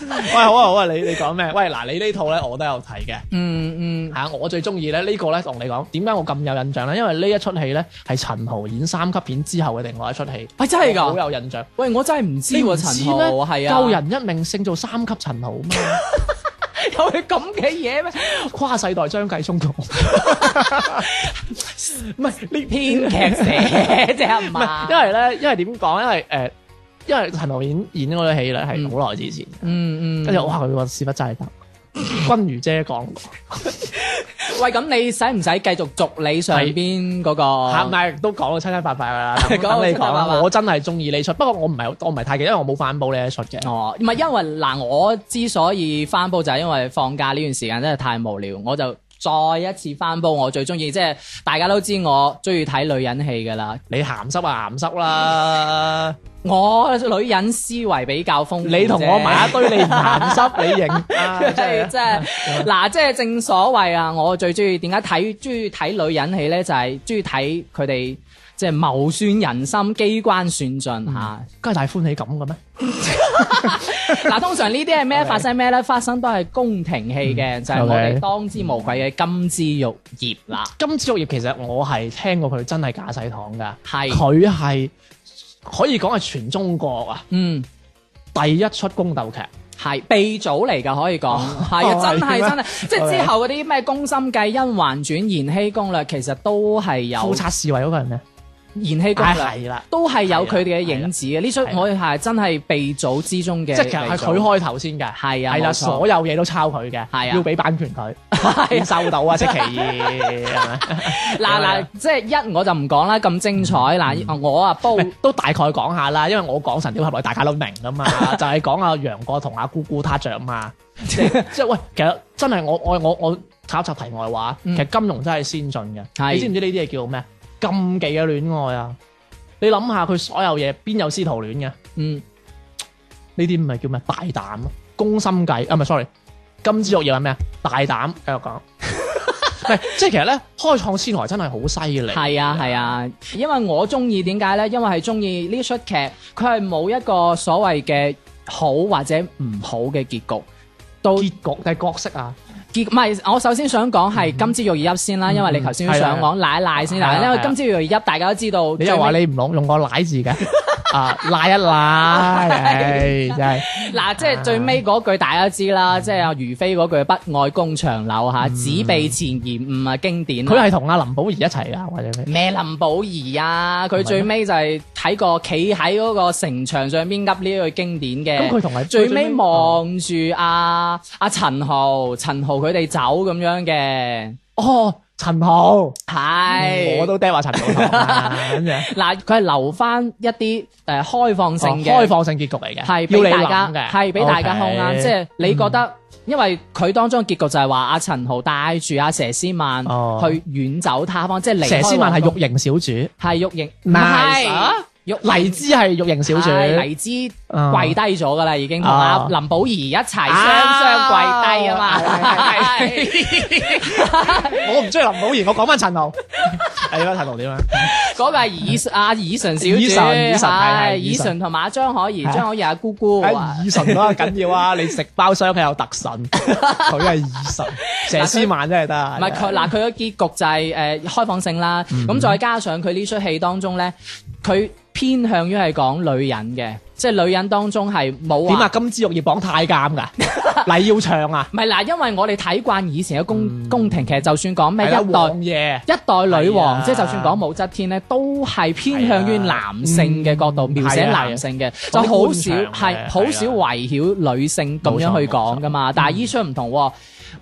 Speaker 2: 喂，好啊好啊，你你講咩？喂，嗱，你呢套咧我都有睇嘅
Speaker 3: 嗯嗯，
Speaker 2: 嚇，我最中意咧呢個咧同你講，點解我咁有印象咧？因為呢一出戲咧係陳豪演三級片之後嘅另外一出戲，
Speaker 3: 喂真係
Speaker 2: 好
Speaker 3: 㗎！
Speaker 2: 有印象。
Speaker 3: 喂，我真係唔知
Speaker 2: 你唔
Speaker 3: 喎，
Speaker 2: 知
Speaker 3: 陳
Speaker 2: 咩
Speaker 3: 豪？係啊，
Speaker 2: 救人一命勝造三級陳豪嘛，
Speaker 3: 有佢咁嘅嘢咩？
Speaker 2: 跨世代張繼聰同唔係呢
Speaker 3: 編劇寫啊啫唔
Speaker 2: 唔係，
Speaker 3: 係，
Speaker 2: 因為咧，因為點講？因為誒、呃因為陳豪演演嗰啲戲咧係好耐之前，
Speaker 3: 嗯嗯嗯，
Speaker 2: 跟住、哇，佢個屎忽真係得。君如姐講過，
Speaker 3: 喂，咁你使唔使繼續續你上邊嗰
Speaker 2: 吓，唔
Speaker 3: 個？
Speaker 2: 係都講到七七八八 噶啦，等
Speaker 3: 哦講到
Speaker 2: 等你
Speaker 3: 七七八
Speaker 2: 講
Speaker 3: 八
Speaker 2: 啦。我真係中意你出，不過我唔係我唔係太記得，因為我冇反報你出嘅。
Speaker 3: 哦，唔係因為嗱，我之所以翻煲就係因為放假呢段時間真係太無聊，我就再一次翻煲。我最中意即係大家都知我中意睇女人戲噶啦，
Speaker 2: 你鹹濕啊鹹 濕啦，
Speaker 3: 我女人思維比較豐富啫。
Speaker 2: 你同我埋一堆，你唔鹹濕你認 啊，
Speaker 3: 即係
Speaker 2: 真
Speaker 3: 即
Speaker 2: 係
Speaker 3: 係嗱，即係正所謂啊！我最中意點解睇中意睇女人戲咧，就係中意睇佢哋即係謀算人心、機關算
Speaker 2: 嗯
Speaker 3: 盡嚇。
Speaker 2: 皆大歡喜咁嘅咩？
Speaker 3: 嗱，通常呢啲係咩發生咩咧？發生都係宮廷戲嘅，
Speaker 2: 嗯
Speaker 3: 就係我哋當之無愧嘅金枝玉葉啦。
Speaker 2: 金枝玉葉其實我係聽過佢真係假洗糖㗎，
Speaker 3: 係，
Speaker 2: 佢係可以講係全中國啊
Speaker 3: 嗯。
Speaker 2: 第一出宮鬥劇。
Speaker 3: 係鼻祖嚟㗎，可以講
Speaker 2: 哦
Speaker 3: 係啊， 真係真係，即係之後嗰啲咩《宮心計》《甄嬛傳》《延禧攻略》，其實都係有
Speaker 2: 富
Speaker 3: 《
Speaker 2: 察侍衛嗰個係咩？
Speaker 3: 延禧攻
Speaker 2: 唉
Speaker 3: 略》。
Speaker 2: 係啦，
Speaker 3: 都係有佢哋嘅影子嘅。呢出
Speaker 2: 係啦啊
Speaker 3: 我係真係鼻祖之中
Speaker 2: 即
Speaker 3: 嘅鼻祖，
Speaker 2: 係其實係佢開頭先㗎。
Speaker 3: 係啊，
Speaker 2: 係
Speaker 3: 冇
Speaker 2: 啦，
Speaker 3: 錯
Speaker 2: 所有嘢都抄佢
Speaker 3: 啊
Speaker 2: 嘅，要俾版權佢，你收到啊，即其 二係啊嗯咪？
Speaker 3: 嗱嗱，即係一我就唔講啦，咁精彩嗱，我啊 煲
Speaker 2: 喂都大概講下啦，因為我講神雕俠侶大家都明 噶嘛，就係講阿楊過同阿姑姑他著嘛，即係即係喂，其實真係我我我我插一插題外話，
Speaker 3: 嗯
Speaker 2: 其實金融真係先進嘅，
Speaker 3: 係
Speaker 2: 你知唔知呢啲嘢叫咩？禁忌嘅戀愛啊！你諗下佢所有嘢邊有師徒戀嘅？呢
Speaker 3: 嗯
Speaker 2: 啲唔係叫咩大膽咯，攻心計啊唔係 sorry，金枝玉葉係咩啊？大膽繼續 講，唔係即係其實咧開創先河真係好犀利，
Speaker 3: 係啊係啊，因為我中意點解咧？因為係中意呢出劇，佢係冇一個所謂嘅好或者唔好嘅結局。到
Speaker 2: 結局嘅角色啊，
Speaker 3: 結唔係，我首先想講係金枝玉葉先啦，因為你頭先想講奶奶先啦，
Speaker 2: 係啊
Speaker 3: 因為
Speaker 2: 係啊
Speaker 3: 金枝玉葉大家都知道，
Speaker 2: 你又話你唔用用個奶 字嘅，啊拉一拉，唉真係
Speaker 3: 嗱，即係最尾嗰句大家都知啦，即係阿如妃嗰句不愛宮牆柳嚇，只避前嫌誤啊經典啦。
Speaker 2: 佢係同阿林保怡一齊啊，或者咩？
Speaker 3: 咩林保怡啊？佢最尾就係睇個企喺嗰個城牆上邊噏呢句經典
Speaker 2: 咁
Speaker 3: 嘅。
Speaker 2: 佢同埋
Speaker 3: 最尾望住阿阿陳豪，陳豪佢哋走咁樣嘅，
Speaker 2: 哦陳浩，
Speaker 3: 係
Speaker 2: 嗯我都爹話陳浩同啊咁樣，
Speaker 3: 嗱，佢係留翻一啲誒開放 性
Speaker 2: 哦
Speaker 3: 嘅
Speaker 2: 開放性結局嚟嘅，
Speaker 3: 係
Speaker 2: 要
Speaker 3: 俾
Speaker 2: 你
Speaker 3: 大
Speaker 2: 諗
Speaker 3: 家
Speaker 2: 嘅，
Speaker 3: 係俾大家空間，
Speaker 2: OK
Speaker 3: 即係你覺得，因為佢當中嘅結局就係話阿陳豪帶住阿佘詩曼
Speaker 2: 哦
Speaker 3: 去遠走他方，即係離開
Speaker 2: 佘詩曼係
Speaker 3: 皇宮
Speaker 2: 玉瑩小主，
Speaker 3: 係玉瑩，唔
Speaker 2: Nice
Speaker 3: 係
Speaker 2: 啊
Speaker 3: 玉
Speaker 2: 黎姿係玉瑩小
Speaker 3: 係
Speaker 2: 主，
Speaker 3: 黎姿
Speaker 2: 嗯
Speaker 3: 跪低咗噶啦，已經同阿
Speaker 2: 啊
Speaker 3: 林保怡一齊雙雙跪低啊嘛，
Speaker 2: 啊係
Speaker 3: 係
Speaker 2: 我唔中意林保怡，我講翻陳浩，係啦陳浩點啊？
Speaker 3: 嗰個係以阿以純小
Speaker 2: 以純以
Speaker 3: 姐，
Speaker 2: 純係係
Speaker 3: 係
Speaker 2: 以
Speaker 3: 以
Speaker 2: 純
Speaker 3: 純同埋阿張可怡，
Speaker 2: 係
Speaker 3: 張可怡阿姑姑
Speaker 2: 梗係
Speaker 3: 啊
Speaker 2: 耳神啦，緊要啊！你食包廂佢有特神，佢 係耳神，佘詩曼真係得啊。
Speaker 3: 唔係佢嗱，佢嘅結局就係、誒、開放性啦。咁、再加上佢呢出戲當中咧，佢偏向於係講女人嘅，即係女人當中係冇
Speaker 2: 點啊？
Speaker 3: 話。
Speaker 2: 金枝玉葉綁太監 㗎，黎耀祥啊，
Speaker 3: 唔係嗱，因為我哋睇慣以前嘅宮、宮廷劇，就算講咩一
Speaker 2: 係啦
Speaker 3: 代
Speaker 2: 王爺
Speaker 3: 一代女
Speaker 2: 係
Speaker 3: 王，
Speaker 2: 啊
Speaker 3: 即係就算講武則天咧，都係偏向於男性嘅角度
Speaker 2: 係啊
Speaker 3: 描寫
Speaker 2: 係啊
Speaker 3: 男性嘅，就
Speaker 2: 講啲
Speaker 3: 好
Speaker 2: 官
Speaker 3: 少
Speaker 2: 場嘅
Speaker 3: 係好少
Speaker 2: 係啊
Speaker 3: 圍繞女性咁樣去講噶
Speaker 2: 嗯
Speaker 3: 嘛。但係依出唔同喎，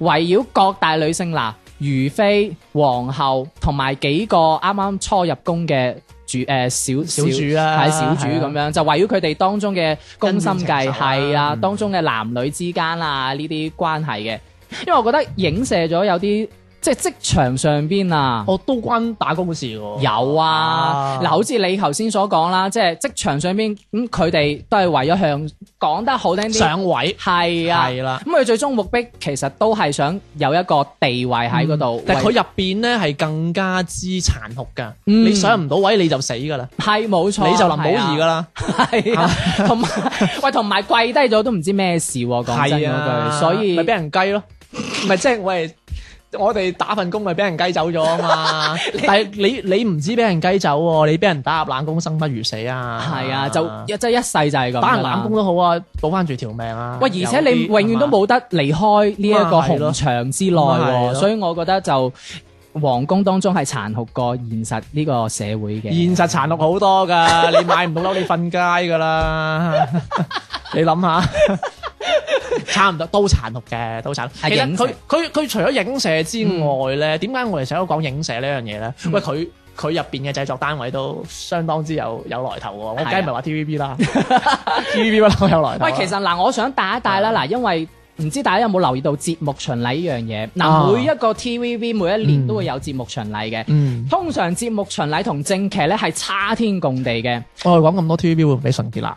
Speaker 3: 圍繞各大女性嗱，如妃、皇后同埋幾個啱啱初入宮嘅主誒小
Speaker 2: 小主啦
Speaker 3: 係小主
Speaker 2: 係啊
Speaker 3: 咁樣，就圍繞佢哋當中嘅宮心
Speaker 2: 恩
Speaker 3: 計
Speaker 2: 怨情仇啊
Speaker 3: 係啊，當中嘅男女之間啊呢啲關係嘅，因為我覺得影射咗有啲即係職場上邊啊。
Speaker 2: 我都關打工事喎。
Speaker 3: 有啊
Speaker 2: 啊，
Speaker 3: 嗱、好似你頭先所講啦，即係職場上邊咁，佢哋都係為咗向講得好聽啲，
Speaker 2: 上位
Speaker 3: 係啊，
Speaker 2: 係啦
Speaker 3: 咁佢最終目的其實都係想有一個地位喺嗰度，
Speaker 2: 嗯但係佢
Speaker 3: 為
Speaker 2: 入邊咧係更加之殘酷㗎。
Speaker 3: 嗯
Speaker 2: 你上唔到位你就死㗎啦，
Speaker 3: 係冇錯，
Speaker 2: 你就林保怡㗎啦。
Speaker 3: 係啊，係啊，同埋喂，同埋跪低咗都唔知咩事喎，講真
Speaker 2: 係
Speaker 3: 嗰
Speaker 2: 啊，
Speaker 3: 句，所以
Speaker 2: 咪俾人雞咯，咪即係我哋我哋打份工咪俾人雞走咗啊 嘛。但係你你唔止俾人雞走喎，你俾人打入冷宮生不如死啊。
Speaker 3: 係啊，就一即係一世就係咁
Speaker 2: 打
Speaker 3: 㗎
Speaker 2: 人冷
Speaker 3: 啦
Speaker 2: 宮。都好啊，保翻住條命啊。
Speaker 3: 喂，而且你
Speaker 2: 有
Speaker 3: 永
Speaker 2: 啲
Speaker 3: 遠都。冇得離開呢一個紅牆之內
Speaker 2: 啊咁啊
Speaker 3: 喎，
Speaker 2: 係咯
Speaker 3: 所以我覺得就皇宮當中係殘酷過現實呢個社會嘅。
Speaker 2: 現實殘酷好多 㗎，你買唔到樓你瞓街㗎啦。你諗下， 差唔多都殘酷嘅，都殘酷。
Speaker 3: 係
Speaker 2: 其實
Speaker 3: 影射
Speaker 2: 佢佢佢除咗影射之外咧，點解我哋成日都講影射呢樣嘢咧？喂，佢佢入邊嘅製作單位都相當之有有來頭喎。我梗係唔啊係話 TVB 啦，TVB 不嬲有來頭啊。
Speaker 3: 喂，其實嗱，我想帶一帶啦，嗱，因為唔知大家有冇留意到節目巡禮呢樣嘢？
Speaker 2: 啊
Speaker 3: 嗱，每一個 TVB 每一年都會有節目巡禮嘅。
Speaker 2: 嗯，
Speaker 3: 通常節目巡禮同正劇咧係差天共地嘅。
Speaker 2: 我哋講咁多 TVB 會唔會俾純潔鬧？啊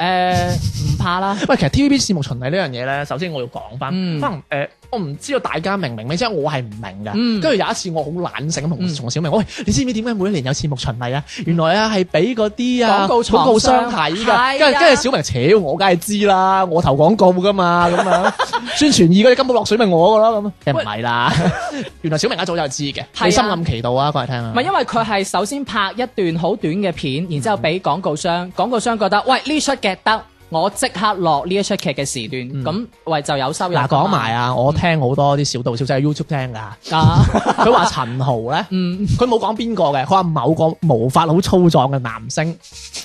Speaker 3: 誒，唔怕啦。
Speaker 2: 喂，其實 TVB 節目巡禮呢樣嘢咧，首先我要講翻，
Speaker 3: 嗯
Speaker 2: 可能誒、呃我唔知道大家明唔明咧，即係我係唔明嘅。
Speaker 3: 嗯
Speaker 2: 跟住、有一次我好懶醒咁同
Speaker 3: 嗯
Speaker 2: 同小明，喂，你知唔知點解每一年有節目巡禮啊？原來啊係俾嗰啲
Speaker 3: 廣
Speaker 2: 啊
Speaker 3: 告廠
Speaker 2: 商
Speaker 3: 商
Speaker 2: 睇
Speaker 3: 係啊
Speaker 2: 㗎，跟住跟住小明，扯我梗係知啦，我投廣告㗎嘛，咁樣宣傳二嗰啲根本落水咪我㗎咯，咁其實唔係啦， 原來小明一早就知嘅，
Speaker 3: 係啊
Speaker 2: 你心暗其道啊，講嚟聽啊
Speaker 3: 唔。係因為佢係首先拍一段好短嘅片，然之後俾廣告
Speaker 2: 嗯
Speaker 3: 商，廣告商覺得喂呢出劇得，我即刻落呢一出劇嘅時段，咁喂就有收入㗎嘛。
Speaker 2: 嗯嗱講埋
Speaker 3: 嗯
Speaker 2: 啊，我聽好多啲小道消息喺 YouTube 聽㗎。
Speaker 3: 啊，
Speaker 2: 佢話陳豪咧，
Speaker 3: 嗯
Speaker 2: 佢冇講邊個嘅，佢話某個毛髮好粗壯嘅男星，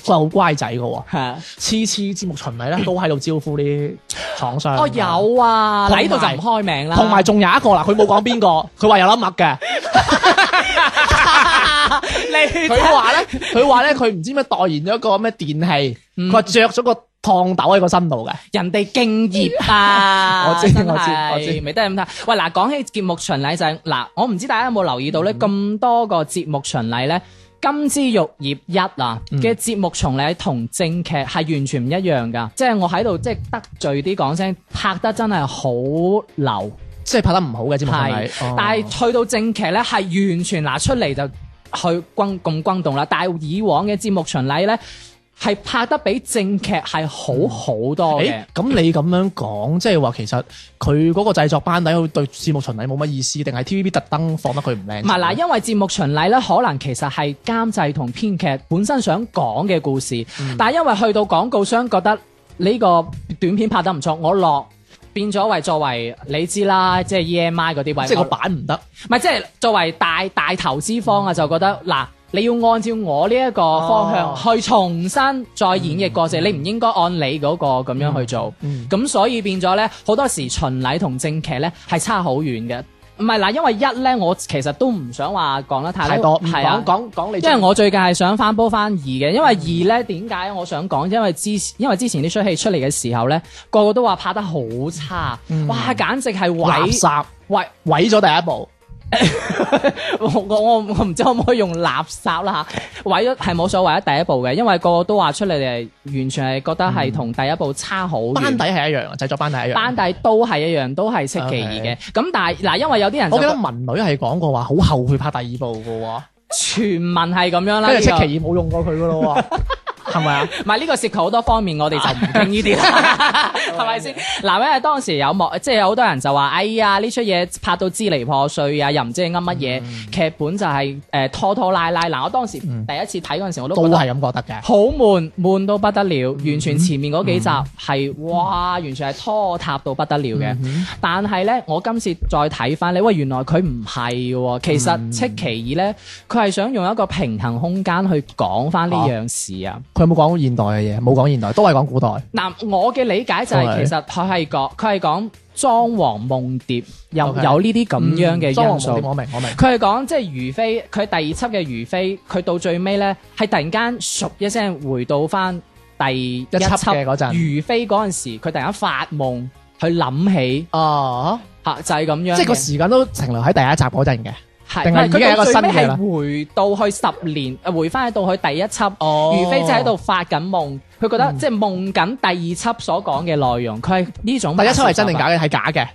Speaker 2: 佢話好乖仔嘅喎，
Speaker 3: 係 啊。
Speaker 2: 次次節目巡禮 咧都喺度招呼啲廠商。
Speaker 3: 哦，有啊，
Speaker 2: 同埋
Speaker 3: 嗱呢度就唔開名啦。
Speaker 2: 同埋仲有一個啦，佢冇講邊個，佢話有粒墨嘅，
Speaker 3: 你
Speaker 2: 佢話咧，佢話咧，佢唔知咩代言咗個咩電器，
Speaker 3: 嗯
Speaker 2: 佢話着咗個燙斗喺個身度嘅，！
Speaker 3: 人哋敬業啊
Speaker 2: 我知
Speaker 3: 真係
Speaker 2: 我知我知
Speaker 3: 咪得咁睇。喂，嗱，講起節目巡禮就係嗱，我唔知大家有冇留意到咧，
Speaker 2: 嗯
Speaker 3: 咁、多個節目巡禮咧，《金枝玉葉一》啊
Speaker 2: 嗯
Speaker 3: 嘅節目巡禮同正劇係完全唔一樣㗎。即係我喺度即係得罪啲講聲，拍得真係好流。
Speaker 2: 即係拍得唔好嘅節目巡
Speaker 3: 係
Speaker 2: 禮。哦，
Speaker 3: 但係去到正劇咧，係完全拿出嚟就去轟咁轟動啦。但係以往嘅節目巡禮咧，係拍得比正劇係好好多嘅
Speaker 2: 誒。咁你咁樣講，即係話其實佢嗰個製作班底佢對節目巡禮冇乜意思，定係 TVB 特登放得佢唔靚？
Speaker 3: 唔係嗱，因為節目巡禮咧，可能其實係監製同編劇本身想講嘅故事，
Speaker 2: 嗯
Speaker 3: 但係因為去到廣告商覺得呢個短片拍得唔錯，我落變咗為作為你知啦，即係 EMI 嗰啲位，
Speaker 2: 即係個
Speaker 3: 我
Speaker 2: 版唔得。
Speaker 3: 唔係即係作為大大投資方啊，就覺得嗱。你要按照我呢一個方向
Speaker 2: 嗯哦
Speaker 3: 去重新再演繹過程，你唔應該按你嗰個咁樣去做。
Speaker 2: 嗯
Speaker 3: 咁所以變咗咧，好多時巡禮同正劇咧係差好遠嘅。唔係嗱，因為一咧，我其實都唔想話講得太
Speaker 2: 太多，唔
Speaker 3: 係啊
Speaker 2: 講。嗯講講你
Speaker 3: 因
Speaker 2: 最。
Speaker 3: 為我最近係想翻煲翻二嘅，因為二咧點解我想講？因為之因為之前啲出戲出嚟嘅時候咧，個個都話拍得好差，哇，簡直係
Speaker 2: 嗯垃
Speaker 3: 毀
Speaker 2: 圾
Speaker 3: 毀
Speaker 2: 毀咗第一步，
Speaker 3: 我我我唔我唔知可唔可以用垃圾啦嚇，毀咗係冇所謂，啊第一部嘅，因為個個都話出嚟係完全係覺得係同第一部差好遠。
Speaker 2: 班底係一樣，啊製作班底係一樣。
Speaker 3: 班底都係一樣，都係識其二嘅。咁但係嗱，因為有啲人就
Speaker 2: 我記得文女係講過話，好後悔拍第二部嘅喎，
Speaker 3: 啊全民係咁樣啦，
Speaker 2: 跟住戚
Speaker 3: 呢個
Speaker 2: 其二冇用過佢嘅 咯喎，係咪啊？
Speaker 3: 唔係呢個涉及好多方面，我哋就唔傾呢啲 啦， 係咪先？嗱，因為當時有幕，即係有好多人就話：哎呀，呢出嘢拍到支離破碎啊，又唔知你噏乜嘢，劇本就係誒拖拖拉拉。嗱，我當時第一次睇嗰陣時，我都
Speaker 2: 都
Speaker 3: 覺得
Speaker 2: 係咁覺得嘅。
Speaker 3: 好悶，悶到不得了，
Speaker 2: 嗯
Speaker 3: 完全前面嗰幾集係、哇，完全係拖沓到不得了嘅。
Speaker 2: 嗯
Speaker 3: 但係呢，我今次再睇翻你，喂，原來佢唔係嘅喎。其
Speaker 2: 嗯
Speaker 3: 實戚其二呢，佢係想用一個平衡空間去講翻呢樣事啊。
Speaker 2: 佢有冇講現代嘅嘢？冇講現代，都係講古代。
Speaker 3: 嗱、我嘅理解就係、
Speaker 2: Okay
Speaker 3: 其實佢係講佢係講裝潢夢蝶，有
Speaker 2: Okay
Speaker 3: 有呢啲咁樣
Speaker 2: 嗯裝
Speaker 3: 嘅
Speaker 2: 潢
Speaker 3: 因素。
Speaker 2: 無點我明 我明。
Speaker 3: 佢係講即係如妃，佢第二輯嘅如妃，佢到最尾咧係突然間唰一聲回到翻第一
Speaker 2: 輯嘅嗰陣
Speaker 3: 如妃嗰陣時，佢突然間發夢，去諗起
Speaker 2: 哦，
Speaker 3: 嚇、就係咁樣嘅，
Speaker 2: 即係個時間都停留喺第一集嗰陣嘅。
Speaker 3: 係
Speaker 2: 定係
Speaker 3: 唔係
Speaker 2: 已經係一個
Speaker 3: 佢到最尾
Speaker 2: 新嘅啦
Speaker 3: 係回到去十年，誒回翻去到去第一輯，
Speaker 2: 哦嗯
Speaker 3: 如妃即係喺度發緊夢，佢覺得、即係夢緊第二輯所講嘅內容，佢係呢種
Speaker 2: 第一輯係真定
Speaker 3: 手法
Speaker 2: 假嘅？係假嘅。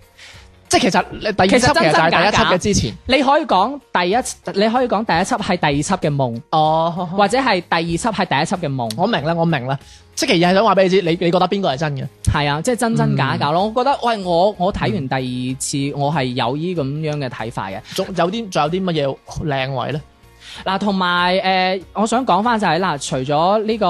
Speaker 2: 即係其實你第二輯
Speaker 3: 啊其
Speaker 2: 其
Speaker 3: 實
Speaker 2: 實
Speaker 3: 真
Speaker 2: 就係
Speaker 3: 真假
Speaker 2: 第一輯
Speaker 3: 假
Speaker 2: 嘅之前。
Speaker 3: 你可以講第一，你可以講第一輯係第二輯嘅夢，
Speaker 2: 哦，
Speaker 3: 或者係第二輯係第一輯嘅夢。
Speaker 2: 我明啦，我明啦。即係其實係想話俾你知，你你覺得邊個係真嘅？
Speaker 3: 係啊，即係真真假假咯。我覺得喂，我我睇完第二次，我係有依咁樣嘅睇法嘅。
Speaker 2: 仲有啲仲有啲乜嘢靚位咧？
Speaker 3: 嗱，同埋誒，我想講翻就係、嗱，除咗呢、個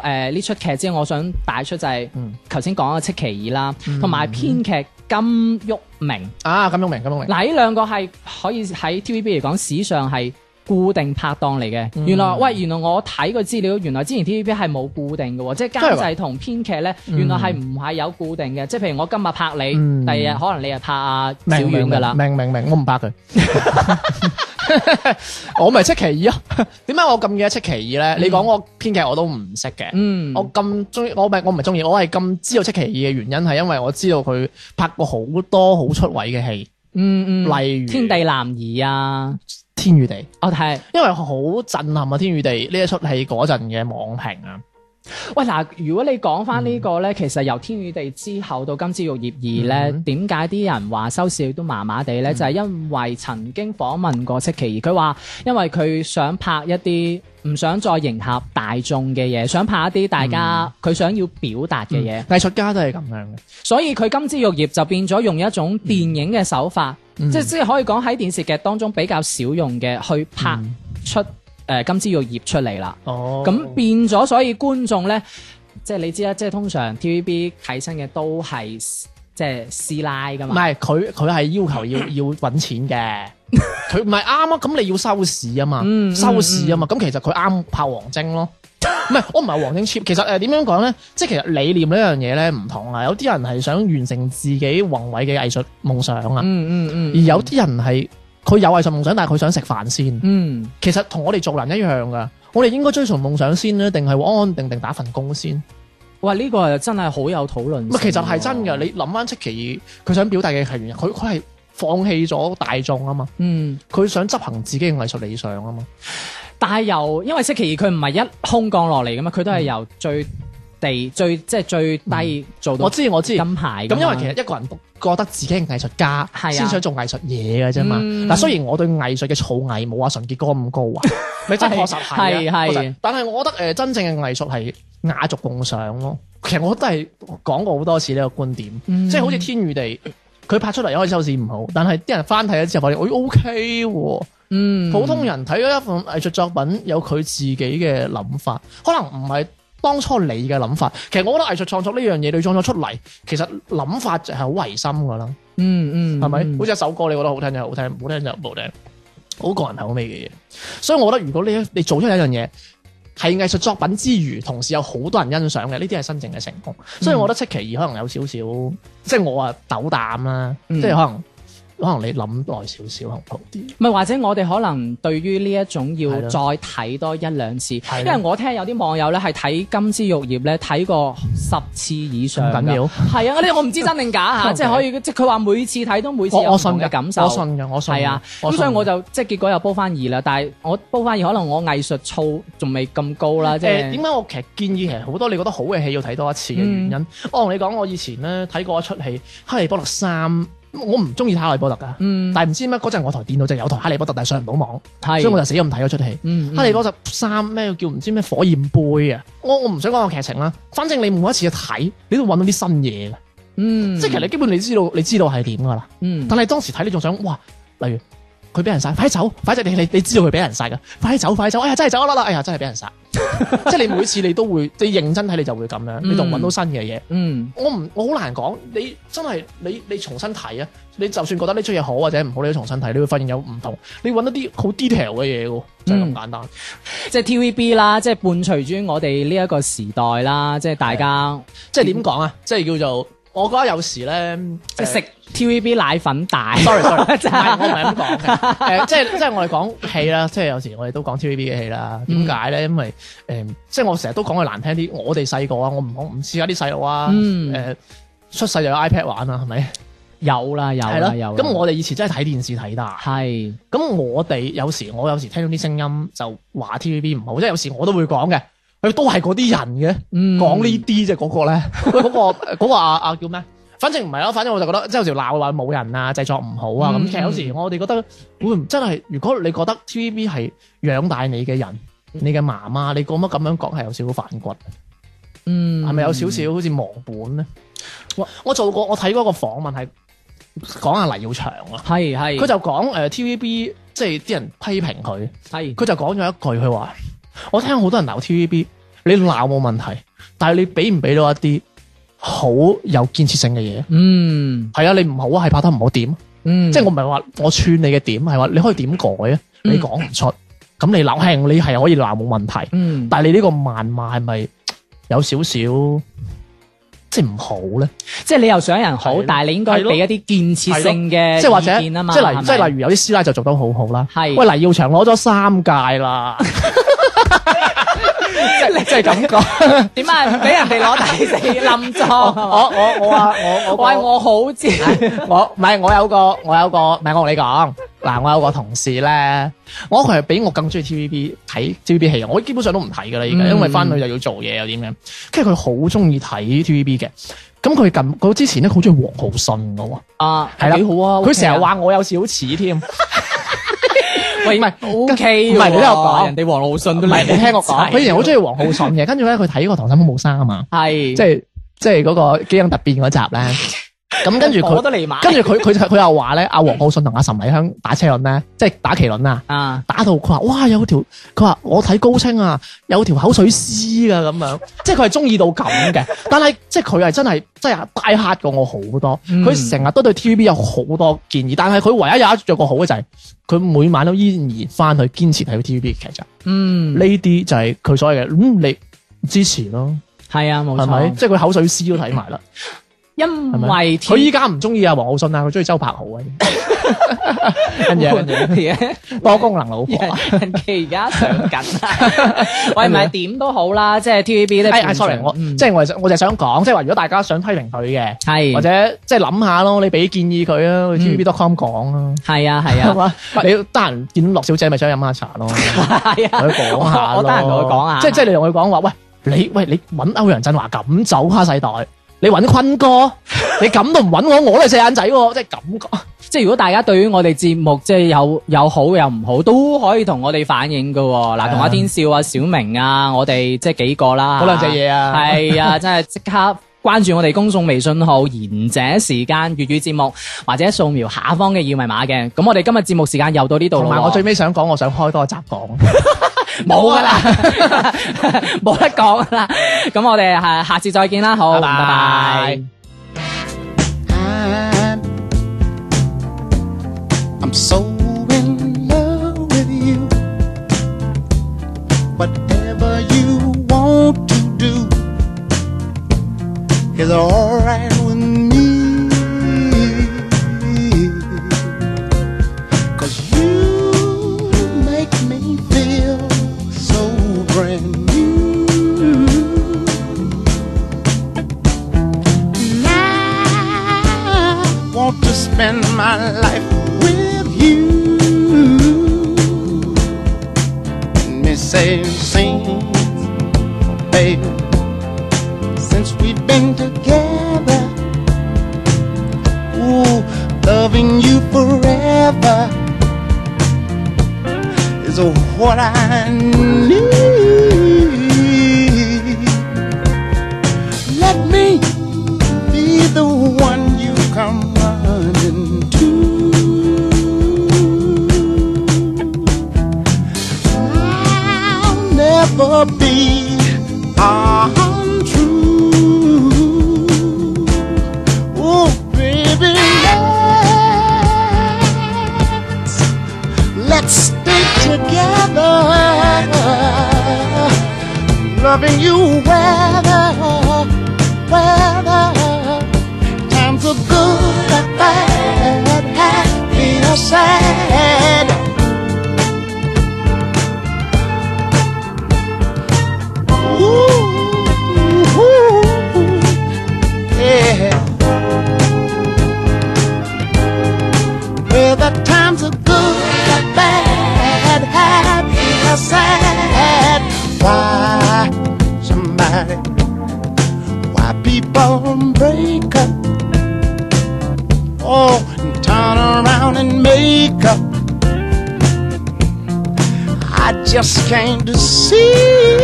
Speaker 3: 誒呢出劇之外，我想帶出就係
Speaker 2: 嗯
Speaker 3: 頭先講嘅戚其二啦，同埋編劇金玉明。
Speaker 2: 啊，金庸明，金庸明。
Speaker 3: 嗱，呢兩個係可以喺 TVB 嚟講史上係固定拍檔嚟
Speaker 2: 嗯
Speaker 3: 嘅。原來喂，原來我睇個資料，原來之前 TVB 係冇固定嘅喎，即係
Speaker 2: 嗯真係
Speaker 3: 監
Speaker 2: 㗎
Speaker 3: 製同編劇咧，原來係唔係有固定嘅。即係譬如我今日拍
Speaker 2: 嗯
Speaker 3: 你，第二日可能你係拍阿小
Speaker 2: 明
Speaker 3: 遠
Speaker 2: 明
Speaker 3: 㗎啦。
Speaker 2: 明明明，我唔拍佢。 我咪戚其二咯， 點解我咁嘅戚其二咧？你講我編劇我都唔識嘅，
Speaker 3: 嗯，
Speaker 2: 我咁中意，我咪我唔係中意，我係咁知道戚其二嘅原因係因為我知道佢拍過好多好出位嘅戲，
Speaker 3: 嗯嗯，
Speaker 2: 例如
Speaker 3: 天地男兒啊，哦
Speaker 2: 天與地，
Speaker 3: 我睇。
Speaker 2: 因為好震撼啊！天與地呢一出戲嗰陣嘅網評啊，
Speaker 3: 喂嗱，如果你講翻呢個咧，其實由《天與地》之後到《金枝玉葉二》咧，點解啲人話收視率都麻麻地咧？就係因為曾經訪問過戚其二，佢話因為佢想拍一啲唔想再迎合大眾嘅嘢，想拍一啲大家佢想要表達嘅嘢，
Speaker 2: 藝術家都係咁樣嘅。
Speaker 3: 所以佢《金枝玉葉》就變咗用一種電影嘅手法，即係即係可以講喺電視劇當中比較少用嘅，去拍出誒《金枝玉葉》出嚟啦。
Speaker 2: 哦
Speaker 3: 咁變咗，所以觀眾咧，即係你知啦，即係通常 TVB 睇親嘅都係即係師奶噶
Speaker 2: 唔
Speaker 3: 嘛。
Speaker 2: 係佢佢係要求要 要揾錢嘅，佢唔係啱啊！咁你要收視啊嘛，
Speaker 3: 嗯嗯
Speaker 2: 收視啊嘛，咁其實佢啱拍王晶咯。唔係，我唔係王晶 cheap。其實誒點樣講咧，即係其實理念呢樣嘢咧唔同啊。有啲人係想完成自己宏偉嘅藝術夢想啊，
Speaker 3: 嗯嗯
Speaker 2: 而
Speaker 3: 嗯
Speaker 2: 有啲人係佢有藝術夢想，但係佢想食飯先。
Speaker 3: 嗯，
Speaker 2: 其實同我哋做人一樣噶，我哋應該追尋夢想先咧，定係安安定定打份工先？
Speaker 3: 哇！呢個又真係好有討論性
Speaker 2: 唔
Speaker 3: 喎。
Speaker 2: 係，其實係真嘅。你諗翻戚其佢想表達嘅係原因，佢佢係放棄咗大眾啊嘛。
Speaker 3: 嗯，
Speaker 2: 佢想執行自己嘅藝術理想啊嘛。
Speaker 3: 但係由因為即其佢唔係一空降落嚟噶嘛，佢都
Speaker 2: 嗯
Speaker 3: 係由最地最即係最低做
Speaker 2: 我
Speaker 3: 到
Speaker 2: 知我知。
Speaker 3: 金牌㗎
Speaker 2: 咁
Speaker 3: 嘛。
Speaker 2: 因為其實一個人覺得自己係藝術家，
Speaker 3: 啊係啊
Speaker 2: 先想做藝術嘢嘅啫嘛。
Speaker 3: 嗯
Speaker 2: 嗱，雖然我對藝術嘅造詣冇阿純潔哥咁高 啊，咪真係確實係
Speaker 3: 係
Speaker 2: 啊
Speaker 3: 係
Speaker 2: 確實但係我覺得誒呃真正嘅藝術係雅俗共賞咯。其實我都係講過好多次呢個觀點，
Speaker 3: 嗯
Speaker 2: 即係好似天與地。佢拍出嚟一開始收視唔好，但係啲人翻睇咗之後發現，哎 OK 喎，
Speaker 3: 嗯
Speaker 2: 普通人睇咗一份藝術作品，有佢自己嘅諗法，可能唔係當初你嘅諗法。其實我覺得藝術創作呢樣嘢，你創作出嚟，其實諗法就係好唯心噶啦，
Speaker 3: 嗯嗯
Speaker 2: 係咪？
Speaker 3: 嗯
Speaker 2: 好似一首歌，你覺得好聽就好聽，唔好聽就唔好聽，好個人口味嘅嘢。所以我覺得，如果你你做出一樣嘢係藝術作品之餘，同時有好多人欣賞嘅，呢啲係真正嘅成功。所以我覺得戚其二可能有少少，即係我啊斗膽啦，
Speaker 3: 嗯
Speaker 2: 即係可能可能你諗耐少少，可能好啲。
Speaker 3: 唔係，或者我哋可能對於呢一種要
Speaker 2: 係咯
Speaker 3: 再睇多一兩次，
Speaker 2: 係
Speaker 3: 因
Speaker 2: 咯
Speaker 3: 為我聽有啲網友咧係睇《金枝玉葉》咧睇過十次以上㗎
Speaker 2: 咁緊要
Speaker 3: 係啊，呢我唔知真定 假嚇，
Speaker 2: OK
Speaker 3: 即係可以，即係佢話每次睇都每次
Speaker 2: 我
Speaker 3: 有
Speaker 2: 我
Speaker 3: 唔
Speaker 2: 信
Speaker 3: 同
Speaker 2: 嘅
Speaker 3: 嘅感受，
Speaker 2: 我信嘅，我信嘅。
Speaker 3: 係啊，
Speaker 2: 我
Speaker 3: 咁
Speaker 2: 信
Speaker 3: 所以
Speaker 2: 嘅
Speaker 3: 我就即係結果又煲翻二啦，但係我煲翻二可能我藝術操仲未咁高啦，即
Speaker 2: 誒
Speaker 3: 係
Speaker 2: 點解我其實建議其實好多你覺得好嘅戲要睇多一次嘅原因，我同你講，我以前咧睇過一出戲《哈利波特三》，我唔中意睇哈利波特噶，
Speaker 3: 嗯
Speaker 2: 但係唔知點解嗰陣我台電腦就有台哈利波特，但係上唔到網，
Speaker 3: 係，
Speaker 2: 所以我就啊死咁睇嗰出戲。
Speaker 3: 嗯嗯
Speaker 2: 哈利波特三咩叫唔知咩火焰杯啊！我我唔想講個劇情啦，反正你每一次去睇，你都揾到啲新嘢嘅，
Speaker 3: 嗯，
Speaker 2: 即係其實你基本你知道你知道係點噶啦。
Speaker 3: 嗯
Speaker 2: 但係當時睇你仲想哇，例如佢俾人殺，快啲走，快啲你你你知道佢俾人殺噶，快啲走，快啲走，哎呀真係走啦啦，哎呀真係俾 人殺，即係你每次你都會你認真睇你就會咁樣，你仲揾到新嘅嘢。
Speaker 3: 嗯
Speaker 2: 我唔我好難講，你真係你你重新睇啊，你就算覺得呢出嘢好或者唔好，你都重新睇，你會發現有唔同，你揾到啲好 detail 嘅嘢喎，就係
Speaker 3: 嗯
Speaker 2: 咁簡單。
Speaker 3: 即係 TVB 啦，即係伴隨住我哋呢一個時代啦，即係大家
Speaker 2: 即係點講啊？即係叫做我覺得有時咧，
Speaker 3: 即係
Speaker 2: 誒
Speaker 3: 食 TVB 奶粉 大。
Speaker 2: sorry sorry，唔 係我唔係咁講嘅，誒即係即係我哋講戲啦，即係有時我哋都講 TVB 嘅戲啦。點解
Speaker 3: 嗯
Speaker 2: 咧？因為誒、即係我成日都講佢難聽啲，我哋細個啊，我唔講唔似而家啲細路啊，誒、
Speaker 3: 嗯
Speaker 2: 出世就有 iPad 玩啊啦，係咪？
Speaker 3: 有啦，有
Speaker 2: 係
Speaker 3: 啦，有啦。啊
Speaker 2: 咁我哋以前真係睇電視睇大，
Speaker 3: 係
Speaker 2: 咁我哋有時我有時聽到啲聲音就話 TVB 唔好，即係有時我都會講嘅。佢都係嗰啲人嘅，
Speaker 3: 嗯
Speaker 2: 講呢啲啫，嗰個咧，嗰個嗰個啊啊叫咩？反正唔係咯，啊反正我就覺得即係有時鬧話冇人啊，製作唔好啊，咁
Speaker 3: 嗯
Speaker 2: 其實有時我哋覺得會唔真係，如果你覺得 TVB 係養大你嘅人，你嘅媽媽，你覺得咁樣講係有少少反骨，
Speaker 3: 嗯，
Speaker 2: 係咪有少少好似忘本咧？我我做過，我睇嗰個訪問係講阿黎耀祥啊，
Speaker 3: 係係
Speaker 2: 佢就講誒 TVB 即係啲人批評佢。
Speaker 3: 係
Speaker 2: 佢就講咗一句，佢話：我聽好多人鬧 TVB，你鬧冇問題，但係你俾唔俾到一啲好有建設性嘅嘢？
Speaker 3: 嗯
Speaker 2: 係啊，你唔好啊，係拍得唔好點？
Speaker 3: 嗯，
Speaker 2: 即係我唔係話我串你嘅點，係話你可以點改啊？你講唔出，咁你鬧輕，你係可以鬧冇問題。
Speaker 3: 嗯，
Speaker 2: 但係你呢個謾罵係咪有少少即係唔好咧？
Speaker 3: 即係你又想人
Speaker 2: 係
Speaker 3: 好
Speaker 2: 咯，
Speaker 3: 但係你應該俾一啲建設性嘅
Speaker 2: 即係或者
Speaker 3: 意
Speaker 2: 即
Speaker 3: 見啊嘛，
Speaker 2: 係例
Speaker 3: 係咪
Speaker 2: 即係例如有啲師奶就做得好好啦。
Speaker 3: 係
Speaker 2: 喂，黎耀祥攞咗三屆 啦，即係即係咁講。
Speaker 3: 點啊？俾人哋攞第四冧 咗，
Speaker 2: 我我我啊我
Speaker 3: 喂，
Speaker 2: 我
Speaker 3: 我好知，
Speaker 2: 我 唔係我有個我有個唔係我同你講嗱，我有個同事咧，我佢係比我更中意 TVB 睇 TVB 戲，我基本上都唔睇噶啦，而家
Speaker 3: 嗯
Speaker 2: 因為翻去就要做嘢又點樣，跟住佢好中意睇 TVB 嘅。咁佢近佢之前咧好中意黃浩信噶喎，
Speaker 3: 啊，
Speaker 2: 係啦
Speaker 3: 幾好啊，
Speaker 2: 佢成日
Speaker 3: OK 啊，
Speaker 2: 話我有少似添。
Speaker 3: 喂，
Speaker 2: 唔係
Speaker 3: O K，
Speaker 2: 唔係你聽我講
Speaker 3: 人哋黃浩信
Speaker 2: 唔
Speaker 3: 都
Speaker 2: 係啊你聽我講，佢以前好
Speaker 3: 意，
Speaker 2: 中意黃浩信 嘅，跟住咧佢睇個《溏心風暴三》啊嘛，
Speaker 3: 係
Speaker 2: 即係即係嗰個基因突變嗰集咧。咁跟住
Speaker 3: 我
Speaker 2: 佢，
Speaker 3: 都嚟埋，
Speaker 2: 跟住佢佢佢又話咧，阿黃浩信同阿岑麗香打車輪咧，即係打麒麟啊，
Speaker 3: 啊，
Speaker 2: 打到佢話哇有條，佢話我睇高清啊，有條口水絲噶咁樣，即係佢係中意到咁嘅。但係即係佢係真係真係大黑過我好多，
Speaker 3: 嗯
Speaker 2: 佢成日都對 TVB 有好多建議，但係佢唯一有一着個好嘅就係、佢每晚都依然翻去堅持睇 TVB 嘅劇集。
Speaker 3: 嗯，
Speaker 2: 呢啲就係佢所謂嘅，嗯，你支持咯，
Speaker 3: 係啊，冇
Speaker 2: 係咪？
Speaker 3: 錯，
Speaker 2: 即係佢口水絲都睇埋啦，
Speaker 3: 因
Speaker 2: 係咪？
Speaker 3: 為
Speaker 2: 佢依家唔中意阿黃浩信啊，佢中意周柏 豪啊。跟住跟住，
Speaker 3: 嘢。
Speaker 2: 多功能 老婆。哎
Speaker 3: 人哋而家上緊 啊！喂，唔係點都好啦，即係 TVB 咧。
Speaker 2: 哎哎，sorry，我
Speaker 3: 嗯
Speaker 2: 即係我係我就係想講，即係話如果大家想批評佢嘅，
Speaker 3: 係
Speaker 2: 或者即係諗下咯，你俾建議佢啊去，TVB.com 講啊，
Speaker 3: 係啊嗯係
Speaker 2: 係
Speaker 3: 啊
Speaker 2: 嘛？你得閒見到樂小姐咪想飲下茶 咯，同
Speaker 3: 係啊，
Speaker 2: 佢講下
Speaker 3: 我我得閒同佢講啊
Speaker 2: 下，
Speaker 3: 下
Speaker 2: 即係即係你同佢講話，喂你喂你揾歐陽振華咁走蝦世代。你揾 坤哥，你咁都唔揾我，我都係四眼仔喎，即係咁講。
Speaker 3: 即係如果大家對於我哋節目即係有有好有唔好，都可以同我哋反映噶。
Speaker 2: 啊
Speaker 3: 嗱，同阿天少啊、小明啊，我哋即係幾個啦，
Speaker 2: 嗰兩隻嘢啊
Speaker 3: 係 啊，真係即刻。關注我哋公眾微信號「賢者時間粵語節目」，或者掃描下方嘅二維碼嘅。咁我哋今日節目時間又到呢度
Speaker 2: 同
Speaker 3: 啦
Speaker 2: 埋
Speaker 3: 喎。
Speaker 2: 我最尾想講，我想開多一集講。
Speaker 3: 冇噶啦，冇得講噶啦。咁我哋呃下下次再見啦，好，
Speaker 2: 拜拜
Speaker 3: 拜拜
Speaker 6: I'm so in love with you. Whatever you want to do is alright with me. Cause you make me feel so brand new. I want to spend my life with you. And me say, sing, baby, since we've been together. Ooh, loving you forever is what I need. Let me be the one you come running to. I'll never be untrue. Oh, baby, let's, let's stay together. Loving you whether weather. Times are good or bad, happy or sad. Ooh, yeah. Whether times are good or bad, happy or sad. Why somebody? why people break up. Oh, and turn around and make up. I just came to see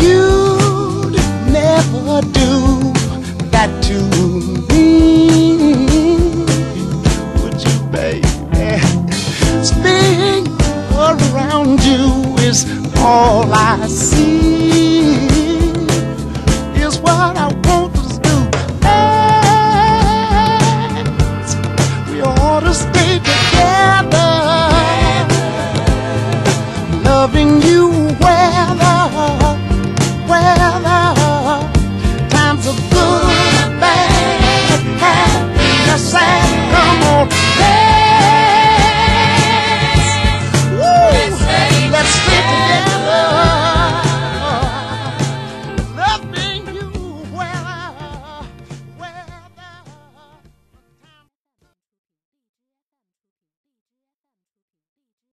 Speaker 6: you'd never do that to me, would you, baby? Spinning around you is all I see. oh,